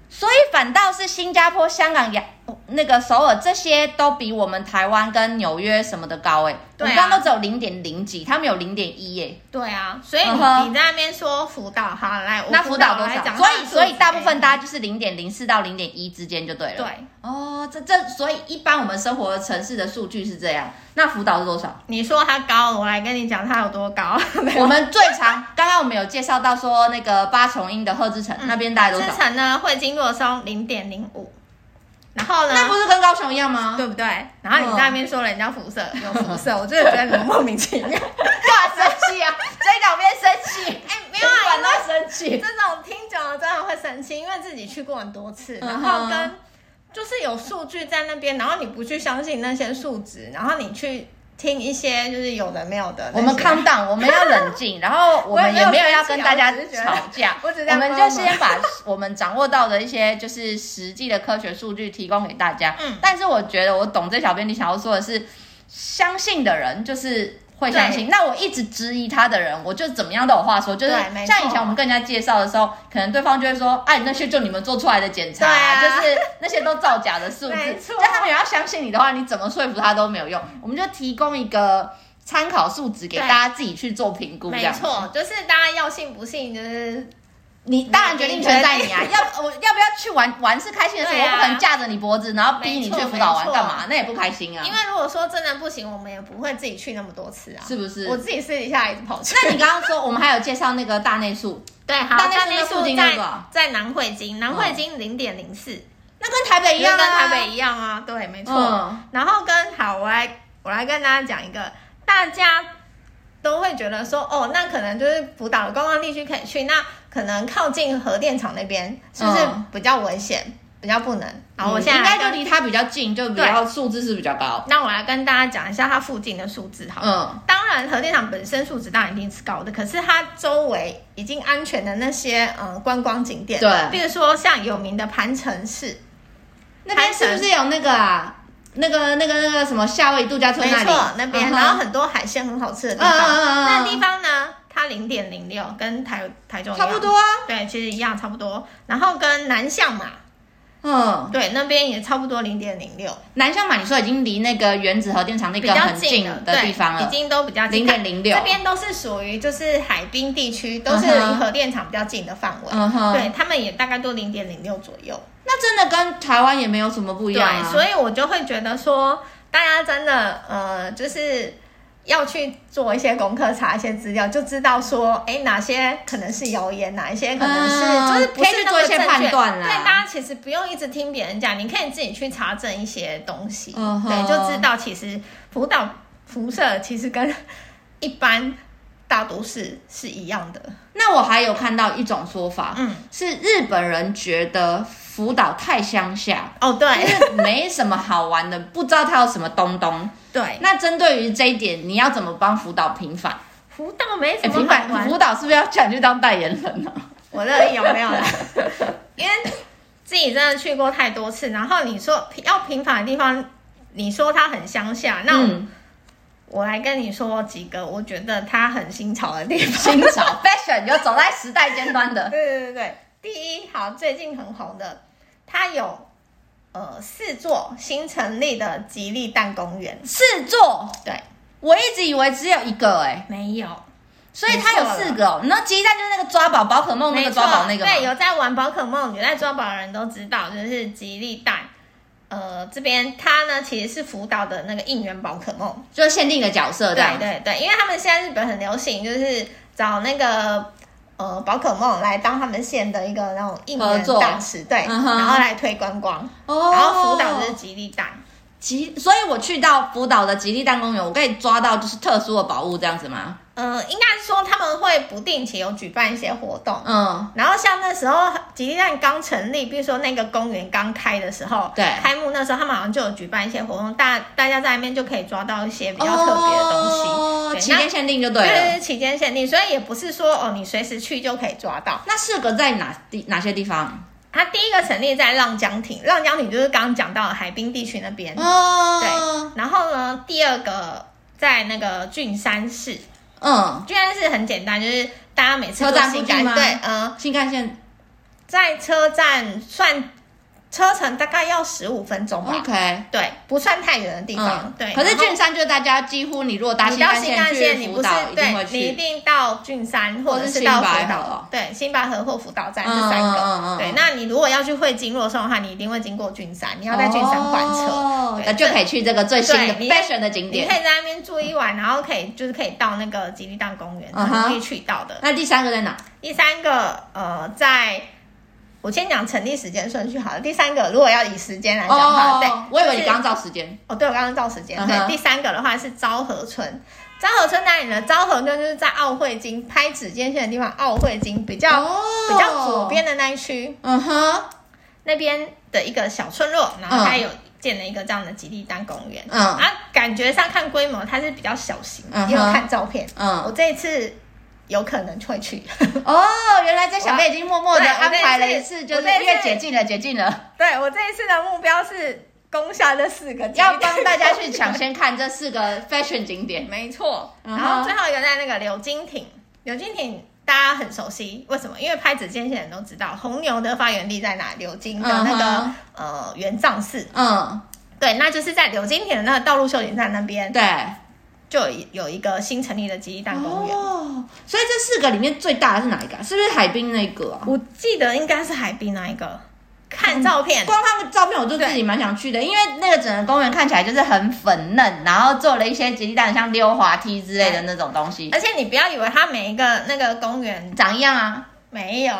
[SPEAKER 1] 所以反倒是新加坡、香港、亚那个首尔这些都比我们台湾跟纽约什么的高哎、我
[SPEAKER 2] 对啊
[SPEAKER 1] 们刚刚都只有零点零几，他们有零点一哎。
[SPEAKER 2] 对啊，所以你
[SPEAKER 1] 嗯哼
[SPEAKER 2] 你在那边说福岛，好来，我
[SPEAKER 1] 那辅导多
[SPEAKER 2] 来
[SPEAKER 1] 少？
[SPEAKER 2] 讲，
[SPEAKER 1] 所以所以大部分大家就是零点零四到零点一之间就对了。
[SPEAKER 2] 对。
[SPEAKER 1] 哦，这这所以一般我们生活的城市的数据是这样，那辅导是多少？
[SPEAKER 2] 你说它高，我来跟你讲它有多高。
[SPEAKER 1] 我们最常刚刚我们有介绍到说那个八重樱的贺知
[SPEAKER 2] 嗯
[SPEAKER 1] 城、 那边大概多
[SPEAKER 2] 之
[SPEAKER 1] 少？
[SPEAKER 2] 城呢会经过松零点零五，然后呢，
[SPEAKER 1] 那不是跟高雄一样吗？
[SPEAKER 2] 对不对？然后你在那边说人家辐射
[SPEAKER 1] 嗯
[SPEAKER 2] 有辐射，我真的觉得你们莫名其妙。
[SPEAKER 1] 哇，生气啊！追导边生气，
[SPEAKER 2] 哎，
[SPEAKER 1] 没
[SPEAKER 2] 没有
[SPEAKER 1] 有
[SPEAKER 2] 啊，
[SPEAKER 1] 管
[SPEAKER 2] 因
[SPEAKER 1] 到
[SPEAKER 2] 为
[SPEAKER 1] 生气。
[SPEAKER 2] 这种听久了真的会生气，因为自己去过很多次，然
[SPEAKER 1] 嗯哼
[SPEAKER 2] 后跟就是有数据在那边，然后你不去相信那些数值，然后你去听一些就是有的没有的。
[SPEAKER 1] 我们 calm down，我们 要冷静，然后我们也没有要
[SPEAKER 2] 啊
[SPEAKER 1] 跟大家吵架，
[SPEAKER 2] 我只是觉得
[SPEAKER 1] 我们就先把我们掌握到的一些就是实际的科学数据提供给大家。
[SPEAKER 2] 嗯
[SPEAKER 1] 但是我觉得我懂这小编你想要说的是，相信的人就是。会相信，那我一直质疑他的人，我就怎么样都有话说。就是
[SPEAKER 2] 对没错
[SPEAKER 1] 像以前我们跟人家介绍的时候，可能对方就会说：“哎、那些就你们做出来的检查、
[SPEAKER 2] 对啊
[SPEAKER 1] 就是那些都造假的数字。”
[SPEAKER 2] 没错
[SPEAKER 1] 但他们也要相信你的话，你怎么说服他都没有用。我们就提供一个参考数值给
[SPEAKER 2] 对
[SPEAKER 1] 大家自己去做评估，这
[SPEAKER 2] 没
[SPEAKER 1] 样。嗯
[SPEAKER 2] 错，就是大家要信不信，就是
[SPEAKER 1] 你当然决定权在你啊，要我要不要去玩玩是开心的事，
[SPEAKER 2] 对啊
[SPEAKER 1] 我不可能架着你脖子，然后逼你去辅导玩
[SPEAKER 2] 没错
[SPEAKER 1] 干嘛？那也不开心啊
[SPEAKER 2] 因，为如果说真的不行，我们也不会自己去那么多次啊。
[SPEAKER 1] 是不是
[SPEAKER 2] 我？自己私底下一直 跑去。
[SPEAKER 1] 那你刚刚说我们还有介绍那个大内宿，
[SPEAKER 2] 对，好，
[SPEAKER 1] 大内宿
[SPEAKER 2] 内
[SPEAKER 1] 那附近那
[SPEAKER 2] 在
[SPEAKER 1] 个啊哦
[SPEAKER 2] 在南汇金，南汇金零点零四，
[SPEAKER 1] 那跟台北一
[SPEAKER 2] 也
[SPEAKER 1] 样
[SPEAKER 2] 跟
[SPEAKER 1] 啊，
[SPEAKER 2] 台北一样啊。对，没错。
[SPEAKER 1] 嗯
[SPEAKER 2] 然后跟好，我来我来跟大家讲一个，大家都会觉得说，哦，那可能就是福岛的观光地区可以去，那可能靠近核电厂那边是不是
[SPEAKER 1] 嗯
[SPEAKER 2] 比较危险，比较不能？好，我
[SPEAKER 1] 嗯
[SPEAKER 2] 现在
[SPEAKER 1] 应
[SPEAKER 2] 来
[SPEAKER 1] 该
[SPEAKER 2] 跟
[SPEAKER 1] 就离它比较近，就比较数字是比较高。
[SPEAKER 2] 那我来跟大家讲一下它附近的数字好了。
[SPEAKER 1] 嗯，
[SPEAKER 2] 当然，核电厂本身数值当然一定是高的，可是它周围已经安全的那些呃观光景点，
[SPEAKER 1] 对
[SPEAKER 2] 比如说像有名的盘城市，
[SPEAKER 1] 那边是不是有那个啊？那个、那个、那个什么夏威夷度假村
[SPEAKER 2] 没
[SPEAKER 1] 那里？
[SPEAKER 2] 错，那
[SPEAKER 1] 嗯
[SPEAKER 2] 边、
[SPEAKER 1] 哼
[SPEAKER 2] 然后很多海鲜很好吃的地
[SPEAKER 1] 嗯
[SPEAKER 2] 方，
[SPEAKER 1] 嗯嗯嗯嗯
[SPEAKER 2] 那地方呢，它零点零六，跟台台中一样
[SPEAKER 1] 差不，多啊。
[SPEAKER 2] 对，其实一样差不多。然后跟南向嘛，
[SPEAKER 1] 嗯，
[SPEAKER 2] 对，那边也差不多零点零六，
[SPEAKER 1] 南向嘛，你说已经离那个原子核电厂那
[SPEAKER 2] 比
[SPEAKER 1] 个
[SPEAKER 2] 较
[SPEAKER 1] 很近
[SPEAKER 2] 了
[SPEAKER 1] 的
[SPEAKER 2] 对
[SPEAKER 1] 地方了
[SPEAKER 2] 已，经都比较近
[SPEAKER 1] 零。点零六
[SPEAKER 2] 这。边都是属于就是海滨地区，都是
[SPEAKER 1] 嗯
[SPEAKER 2] 离
[SPEAKER 1] 哼
[SPEAKER 2] 核电厂比较近的范围。
[SPEAKER 1] 嗯哼，
[SPEAKER 2] 对他们也大概都零点零六左右，
[SPEAKER 1] 那真的跟台湾也没有什么不一
[SPEAKER 2] 对
[SPEAKER 1] 样、啊，，
[SPEAKER 2] 所以我就会觉得说，大家真的呃，就是要去做一些功课，查一些资料，就知道说，哎，哪些可能是谣言，哪一些可能是、
[SPEAKER 1] 嗯
[SPEAKER 2] 就是不是
[SPEAKER 1] 可以去
[SPEAKER 2] 那
[SPEAKER 1] 做
[SPEAKER 2] 么
[SPEAKER 1] 一些
[SPEAKER 2] 正确
[SPEAKER 1] 判断啦
[SPEAKER 2] 对，大家其实不用一直听别人讲，你可以自己去查证一些东西，
[SPEAKER 1] 嗯哼
[SPEAKER 2] 对，就知道其实福岛辐射其实跟一般大都市是一样的，
[SPEAKER 1] 那我还有看到一种说法，
[SPEAKER 2] 嗯，
[SPEAKER 1] 是日本人觉得福岛太乡下，
[SPEAKER 2] 哦，对
[SPEAKER 1] 就是没什么好玩的，不知道它有什么东 东。
[SPEAKER 2] 对，
[SPEAKER 1] 那针对于这一点，你要怎么帮福岛平反？
[SPEAKER 2] 福岛没什
[SPEAKER 1] 哎，
[SPEAKER 2] 么
[SPEAKER 1] 平
[SPEAKER 2] 好
[SPEAKER 1] 反
[SPEAKER 2] 玩
[SPEAKER 1] 福岛是不是要叫你去当代言人啊呢、
[SPEAKER 2] 我乐意有没有 啦？因为自己真的去过太多次，然后你说要平凡的地方，你说它很乡下，那我,、
[SPEAKER 1] 嗯，
[SPEAKER 2] 来跟你说几个我觉得它很新潮的地方。
[SPEAKER 1] 新潮 fashion 有走在时代尖端的，
[SPEAKER 2] 对对对对，第一，好，最近很红的，它有呃四座新成立的吉利蛋公园，
[SPEAKER 1] 四座，
[SPEAKER 2] 对，
[SPEAKER 1] 我一直以为只有一个哎、
[SPEAKER 2] 没有。
[SPEAKER 1] 所以它有四个哦。那鸡蛋就是那个抓宝宝可梦那
[SPEAKER 2] 没
[SPEAKER 1] 个
[SPEAKER 2] 错，
[SPEAKER 1] 抓宝那个嘛，
[SPEAKER 2] 对，有在玩宝可梦、有在抓宝的人都知道，就是吉利蛋。呃，这边他呢其实是辅导的那个应援宝可梦，
[SPEAKER 1] 就是限定一个角色哦这
[SPEAKER 2] 对
[SPEAKER 1] 样。
[SPEAKER 2] 对对，因为他们现在日本很流行，就是找那个呃宝可梦来当他们县的一个那种应
[SPEAKER 1] 合
[SPEAKER 2] 援
[SPEAKER 1] 作
[SPEAKER 2] 大使，对，
[SPEAKER 1] 嗯哼
[SPEAKER 2] 然后来推观光，
[SPEAKER 1] 哦
[SPEAKER 2] 然后辅导就是吉利蛋，
[SPEAKER 1] 吉，所以我去到福岛的吉利蛋公园，我可以抓到就是特殊的宝物这样子吗？
[SPEAKER 2] 嗯、应该说他们会不定期有举办一些活动。
[SPEAKER 1] 嗯，
[SPEAKER 2] 然后像那时候吉利蛋刚成立，比如说那个公园刚开的时候，
[SPEAKER 1] 对
[SPEAKER 2] 开幕那时候他们好像就有举办一些活动，大大家在那边就可以抓到一些比较特别的东西。
[SPEAKER 1] 哦
[SPEAKER 2] 对
[SPEAKER 1] 期间限定就对
[SPEAKER 2] 对
[SPEAKER 1] 了。
[SPEAKER 2] 对，期间限定，所以也不是说哦，你随时去就可以抓到。
[SPEAKER 1] 那适合在哪地哪些地方？
[SPEAKER 2] 它第一个成立在浪江町，浪江町就是刚刚讲到的海滨地区那边。
[SPEAKER 1] 哦，
[SPEAKER 2] 对，然后呢，第二个在那个郡山市，
[SPEAKER 1] 嗯，
[SPEAKER 2] 郡山市很简单，就是大家每次
[SPEAKER 1] 车
[SPEAKER 2] 坐
[SPEAKER 1] 站
[SPEAKER 2] 新
[SPEAKER 1] 附近
[SPEAKER 2] 干
[SPEAKER 1] 吗
[SPEAKER 2] 对，嗯，
[SPEAKER 1] 新干线
[SPEAKER 2] 在车站算车程大概要十五分钟吧，
[SPEAKER 1] OK。
[SPEAKER 2] 对，不算太远的地方。
[SPEAKER 1] 嗯，
[SPEAKER 2] 对，
[SPEAKER 1] 可是
[SPEAKER 2] 然后
[SPEAKER 1] 郡山就是大家几乎你如果搭
[SPEAKER 2] 你到
[SPEAKER 1] 新
[SPEAKER 2] 干
[SPEAKER 1] 线
[SPEAKER 2] 线，
[SPEAKER 1] 去
[SPEAKER 2] 你
[SPEAKER 1] 福
[SPEAKER 2] 不是
[SPEAKER 1] 岛，一定会
[SPEAKER 2] 对，你一
[SPEAKER 1] 去。
[SPEAKER 2] 定到郡山或者
[SPEAKER 1] 或是
[SPEAKER 2] 是到
[SPEAKER 1] 新白
[SPEAKER 2] 福
[SPEAKER 1] 河哦
[SPEAKER 2] 岛，对，新白河或福岛站
[SPEAKER 1] 嗯
[SPEAKER 2] 这三个。
[SPEAKER 1] 嗯嗯嗯
[SPEAKER 2] 对，那你如果要去会津若松的话，你一定会经过郡山，你要在郡山换车。
[SPEAKER 1] 哦
[SPEAKER 2] 对
[SPEAKER 1] 那就可以去这个最新的
[SPEAKER 2] 对你可以
[SPEAKER 1] fashion 的景
[SPEAKER 2] 你
[SPEAKER 1] 嗯点
[SPEAKER 2] 可。以在那边住一晚，然后可以就是可以到那个吉利蛋公园，
[SPEAKER 1] 嗯
[SPEAKER 2] 很
[SPEAKER 1] 哼
[SPEAKER 2] 容易去到的。
[SPEAKER 1] 那第三个在哪？
[SPEAKER 2] 第三个，呃，在我先讲成立时间顺序好了。第三个，如果要以时间来讲的话，对，
[SPEAKER 1] 哦我以为你
[SPEAKER 2] 就是
[SPEAKER 1] 刚照时间。
[SPEAKER 2] 哦，对，我刚刚照时间。
[SPEAKER 1] 嗯哼
[SPEAKER 2] 对，第三个的话是昭和村。昭和村哪里呢？昭和村就是在奥会津拍指尖线的地方，奥会津比较、
[SPEAKER 1] 哦
[SPEAKER 2] 比较左边。的那一区，
[SPEAKER 1] 嗯哼，
[SPEAKER 2] 那边的一个小村落，然后它
[SPEAKER 1] 嗯
[SPEAKER 2] 有建了一个这样的吉利丹公园。
[SPEAKER 1] 嗯
[SPEAKER 2] 啊，感觉上看规模它是比较小型，
[SPEAKER 1] 嗯哼
[SPEAKER 2] 因为我看照片，我
[SPEAKER 1] 嗯。
[SPEAKER 2] 这一次有可能会去。
[SPEAKER 1] 哦，原来在小贝已经默默的
[SPEAKER 2] 对
[SPEAKER 1] 安排了
[SPEAKER 2] 我这
[SPEAKER 1] 一
[SPEAKER 2] 一次
[SPEAKER 1] 次，就是
[SPEAKER 2] 我这一次
[SPEAKER 1] 越解禁了，解禁了，
[SPEAKER 2] 对我这一次的目标是攻下这四个，
[SPEAKER 1] 要帮大家去抢。先看这四个 fashion 景点。
[SPEAKER 2] 没错，
[SPEAKER 1] 嗯
[SPEAKER 2] 然
[SPEAKER 1] 哼
[SPEAKER 2] 后最后一个在那个柳金町，柳金町大家很熟悉，为什么？因为拍子间线人都知道红牛的发源地在哪，柳金的那个、
[SPEAKER 1] 嗯哼
[SPEAKER 2] 呃原藏寺，
[SPEAKER 1] 嗯，
[SPEAKER 2] 对，那就是在柳金町的那个道路休息站那边
[SPEAKER 1] 对。
[SPEAKER 2] 就有有一个新成立的吉利蛋公园。
[SPEAKER 1] 哦，所以这四个里面最大的是哪一个啊？是不是海滨那个啊？
[SPEAKER 2] 我记得应该是海滨那一个，看照片，
[SPEAKER 1] 光他们照片我就自己蛮想去的，因为那个整个公园看起来就是很粉嫩，然后做了一些吉利蛋像溜滑梯之类的那种东西，
[SPEAKER 2] 而且你不要以为它每一个那个公园
[SPEAKER 1] 长一样啊，
[SPEAKER 2] 没有，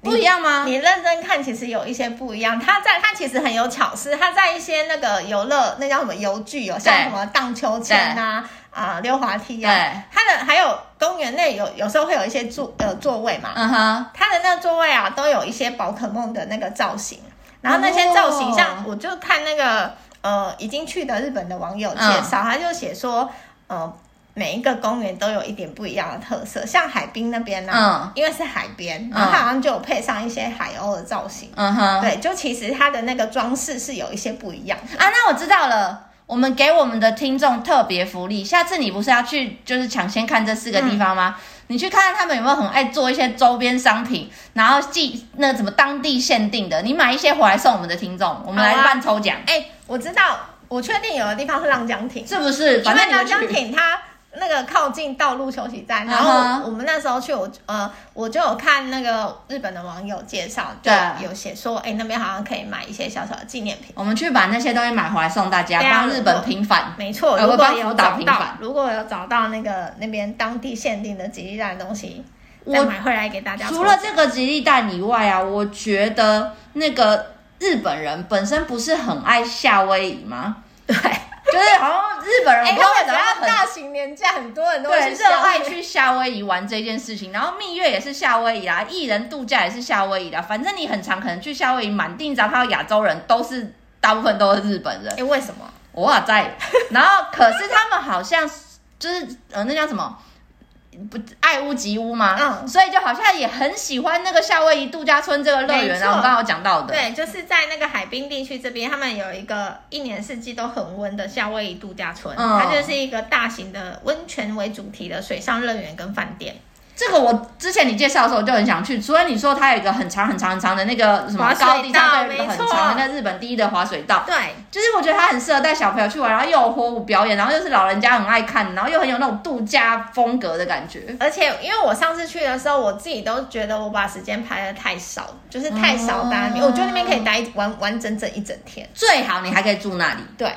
[SPEAKER 1] 不一样吗？
[SPEAKER 2] 你认真看，其实有一些不一样。它在它其实很有巧思，它在一些那个游乐，那叫什么游具有像
[SPEAKER 1] 对
[SPEAKER 2] 什么荡秋千啊、啊、溜滑梯
[SPEAKER 1] 对
[SPEAKER 2] 啊。它的还有公园内有有时候会有一些座呃座位嘛，
[SPEAKER 1] 嗯哼，
[SPEAKER 2] 它的那个座位啊都有一些宝可梦的那个造型，然后那些造型
[SPEAKER 1] 哦
[SPEAKER 2] 像我就看那个呃已经去的日本的网友介
[SPEAKER 1] 嗯
[SPEAKER 2] 绍，他就写说呃。每一个公园都有一点不一样的特色，像海滨那边呢、啊
[SPEAKER 1] 嗯
[SPEAKER 2] 因为是海边，
[SPEAKER 1] 嗯
[SPEAKER 2] 然后它好像就有配上一些海鸥的造型，
[SPEAKER 1] 嗯哼，
[SPEAKER 2] 对，就其实它的那个装饰是有一些不一样的。
[SPEAKER 1] 啊，那我知道了。我们给我们的听众特别福利，下次你不是要去就是抢先看这四个地方吗？
[SPEAKER 2] 嗯
[SPEAKER 1] 你去看看他们有没有很爱做一些周边商品，然后寄那个什么当地限定的，你买一些回来送我们的听众，我们来
[SPEAKER 2] 好啊
[SPEAKER 1] 办抽奖，
[SPEAKER 2] 哎、我知道，我确定有的地方是浪江亭，
[SPEAKER 1] 是不是？
[SPEAKER 2] 因
[SPEAKER 1] 反
[SPEAKER 2] 为
[SPEAKER 1] 正你
[SPEAKER 2] 南
[SPEAKER 1] 们
[SPEAKER 2] 江
[SPEAKER 1] 去，
[SPEAKER 2] 艇它那个靠近道路休息站，
[SPEAKER 1] 嗯哼
[SPEAKER 2] 然后我我们那时候去，我呃我就有看那个日本的网友介绍，就
[SPEAKER 1] 对
[SPEAKER 2] 有写说，哎、那边好像可以买一些小小的纪念品。
[SPEAKER 1] 我们去把那些东西买回来送大家，
[SPEAKER 2] 对啊
[SPEAKER 1] 帮日本
[SPEAKER 2] 我
[SPEAKER 1] 平反。
[SPEAKER 2] 没错，
[SPEAKER 1] 呃
[SPEAKER 2] 如
[SPEAKER 1] 我
[SPEAKER 2] 果
[SPEAKER 1] 帮你
[SPEAKER 2] 有
[SPEAKER 1] 打
[SPEAKER 2] 找
[SPEAKER 1] 平
[SPEAKER 2] 到
[SPEAKER 1] 板，
[SPEAKER 2] 如果有找到那个那边当地限定的吉利蛋的东西，再
[SPEAKER 1] 我
[SPEAKER 2] 买回来给大家抽。
[SPEAKER 1] 除了这个吉利蛋以外啊，我觉得那个日本人本身不是很爱夏威夷吗？
[SPEAKER 2] 对，
[SPEAKER 1] 就是好像日本人
[SPEAKER 2] 哎、
[SPEAKER 1] 不知道为什
[SPEAKER 2] 他们只
[SPEAKER 1] 么
[SPEAKER 2] 要
[SPEAKER 1] 很
[SPEAKER 2] 大型年假，很多人都会
[SPEAKER 1] 对，
[SPEAKER 2] 去
[SPEAKER 1] 热
[SPEAKER 2] 夏
[SPEAKER 1] 爱
[SPEAKER 2] 威夷
[SPEAKER 1] 去夏威夷玩这件事情，然后蜜月也是夏威夷啦，艺人度假也是夏威夷啦，反正你很常可能去夏威夷，满地只要看到亚洲人，都是大部分都是日本人
[SPEAKER 2] 哎、，为什么？
[SPEAKER 1] 哇在， 然后可是他们好像就是呃那叫什么？不爱屋及乌嘛，
[SPEAKER 2] 嗯
[SPEAKER 1] 所以就好像也很喜欢那个夏威夷度假村这个乐园
[SPEAKER 2] 没
[SPEAKER 1] 啊，
[SPEAKER 2] 错
[SPEAKER 1] 我们刚刚有讲到的，
[SPEAKER 2] 对，就是在那个海滨地区这边，他们有一个一年四季都很温的夏威夷度假村，
[SPEAKER 1] 嗯
[SPEAKER 2] 它就是一个大型的温泉为主题的水上乐园跟饭店。
[SPEAKER 1] 这个我之前你介绍的时候我就很想去，除了你说它有一个很长很长很长的那个什么
[SPEAKER 2] 滑水
[SPEAKER 1] 高地，它
[SPEAKER 2] 道
[SPEAKER 1] 有一个
[SPEAKER 2] 没
[SPEAKER 1] 很
[SPEAKER 2] 错
[SPEAKER 1] 长的那日本第一的滑水道，
[SPEAKER 2] 对，
[SPEAKER 1] 就是我觉得它很适合带小朋友去玩，然后又有火舞表演，然后又是老人家很爱看，然后又很有那种度假风格的感觉。
[SPEAKER 2] 而且因为我上次去的时候，我自己都觉得我把时间排的太少，就是太少待那边。
[SPEAKER 1] 哦
[SPEAKER 2] 我觉得那边可以待完完整整一整天。
[SPEAKER 1] 最好你还可以住那里，
[SPEAKER 2] 对，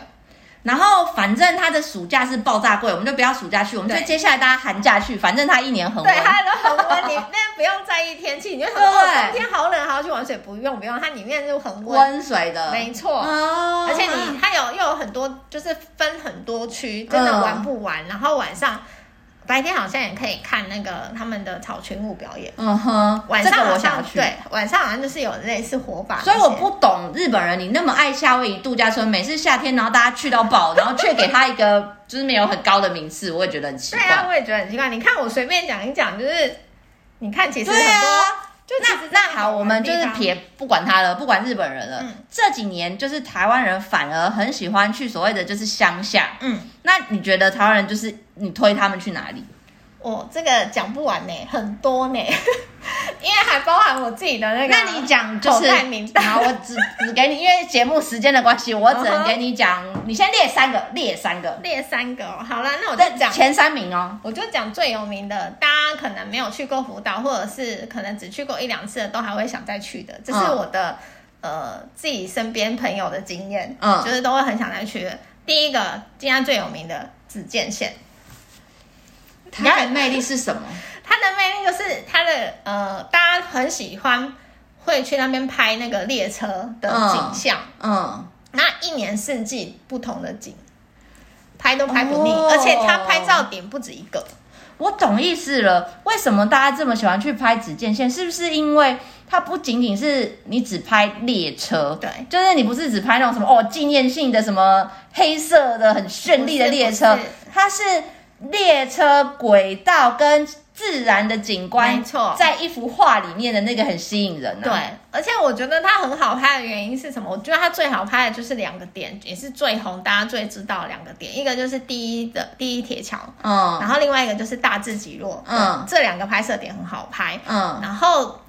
[SPEAKER 1] 然后反正它的暑假是爆炸贵，我们就不要暑假去，我们就
[SPEAKER 2] 对
[SPEAKER 1] 接下来大家寒假去，反正它一年很
[SPEAKER 2] 对
[SPEAKER 1] 温，，
[SPEAKER 2] 它的恒温，你那不用在意天气，你就想说
[SPEAKER 1] 对
[SPEAKER 2] 哦，冬天好冷，还要去玩水，不用不用，它里面就很温，
[SPEAKER 1] 温水的，
[SPEAKER 2] 没错。
[SPEAKER 1] 哦
[SPEAKER 2] 而且你它有又有很多，就是分很多区，真的
[SPEAKER 1] 嗯
[SPEAKER 2] 玩不完。然后晚上白天好像也可以看那个他们的草裙舞表演，
[SPEAKER 1] 嗯哼，
[SPEAKER 2] 晚上
[SPEAKER 1] 这个
[SPEAKER 2] 好
[SPEAKER 1] 我
[SPEAKER 2] 像
[SPEAKER 1] 想去。
[SPEAKER 2] 对晚上好像就是有类似火把那些，
[SPEAKER 1] 所以我不懂日本人，你那么爱夏威夷度假村，每次夏天然后大家去到爆，然后却给他一个就是没有很高的名次，我也觉得很奇
[SPEAKER 2] 对
[SPEAKER 1] 怪。
[SPEAKER 2] 啊，我也觉得很奇怪。你看我随便讲一讲，就是你看其实很
[SPEAKER 1] 对
[SPEAKER 2] 多，
[SPEAKER 1] 啊
[SPEAKER 2] 就其
[SPEAKER 1] 那
[SPEAKER 2] 实
[SPEAKER 1] 那好，我们就是
[SPEAKER 2] 平
[SPEAKER 1] 撇不管他了，不管日本人了。
[SPEAKER 2] 嗯
[SPEAKER 1] 这几年就是台湾人反而很喜欢去所谓的就是乡下。
[SPEAKER 2] 嗯，
[SPEAKER 1] 那你觉得台湾人就是你推他们去哪里？
[SPEAKER 2] 我这个讲不完呢、很多呢、 因为还包含我自己的那个。
[SPEAKER 1] 那你讲就
[SPEAKER 2] 口
[SPEAKER 1] 是
[SPEAKER 2] 袋名单
[SPEAKER 1] 好，我只只给你，因为节目时间的关系，我只能给你讲。
[SPEAKER 2] 嗯
[SPEAKER 1] 你先列三个，列三个，
[SPEAKER 2] 列三个、哦，好了，那我就
[SPEAKER 1] 这
[SPEAKER 2] 讲。
[SPEAKER 1] 前三名哦。
[SPEAKER 2] 我就讲最有名的，大家可能没有去过福岛，或者是可能只去过一两次的，都还会想再去的。这是
[SPEAKER 1] 嗯
[SPEAKER 2] 我的、呃自己身边朋友的经验，
[SPEAKER 1] 嗯
[SPEAKER 2] 就是都会很想再去的。第一个，今天最有名的紫见县，
[SPEAKER 1] 它的魅力是什么？
[SPEAKER 2] 它的魅力就是它的呃，大家很喜欢会去那边拍那个列车的景象，
[SPEAKER 1] 嗯，
[SPEAKER 2] 那一年四季不同的景，拍都拍不腻，
[SPEAKER 1] 哦
[SPEAKER 2] 而且它拍照点不止一个。
[SPEAKER 1] 我懂意思了。为什么大家这么喜欢去拍指见线？是不是因为它不仅仅是你只拍列车？
[SPEAKER 2] 对
[SPEAKER 1] 就是你不是只拍那种什么哦纪念性的什么黑色的很绚丽的列车
[SPEAKER 2] 不是不是，
[SPEAKER 1] 它是列车轨道跟自然的景观，
[SPEAKER 2] 没错
[SPEAKER 1] 在一幅画里面的那个很吸引人、啊。
[SPEAKER 2] 对，，而且我觉得它很好拍的原因是什么？我觉得它最好拍的就是两个点，也是最红、大家最知道的两个点，一个就是第一的第一铁桥，
[SPEAKER 1] 嗯
[SPEAKER 2] 然后另外一个就是大智极落，
[SPEAKER 1] 嗯
[SPEAKER 2] 这两个拍摄点很好拍，
[SPEAKER 1] 嗯
[SPEAKER 2] 然后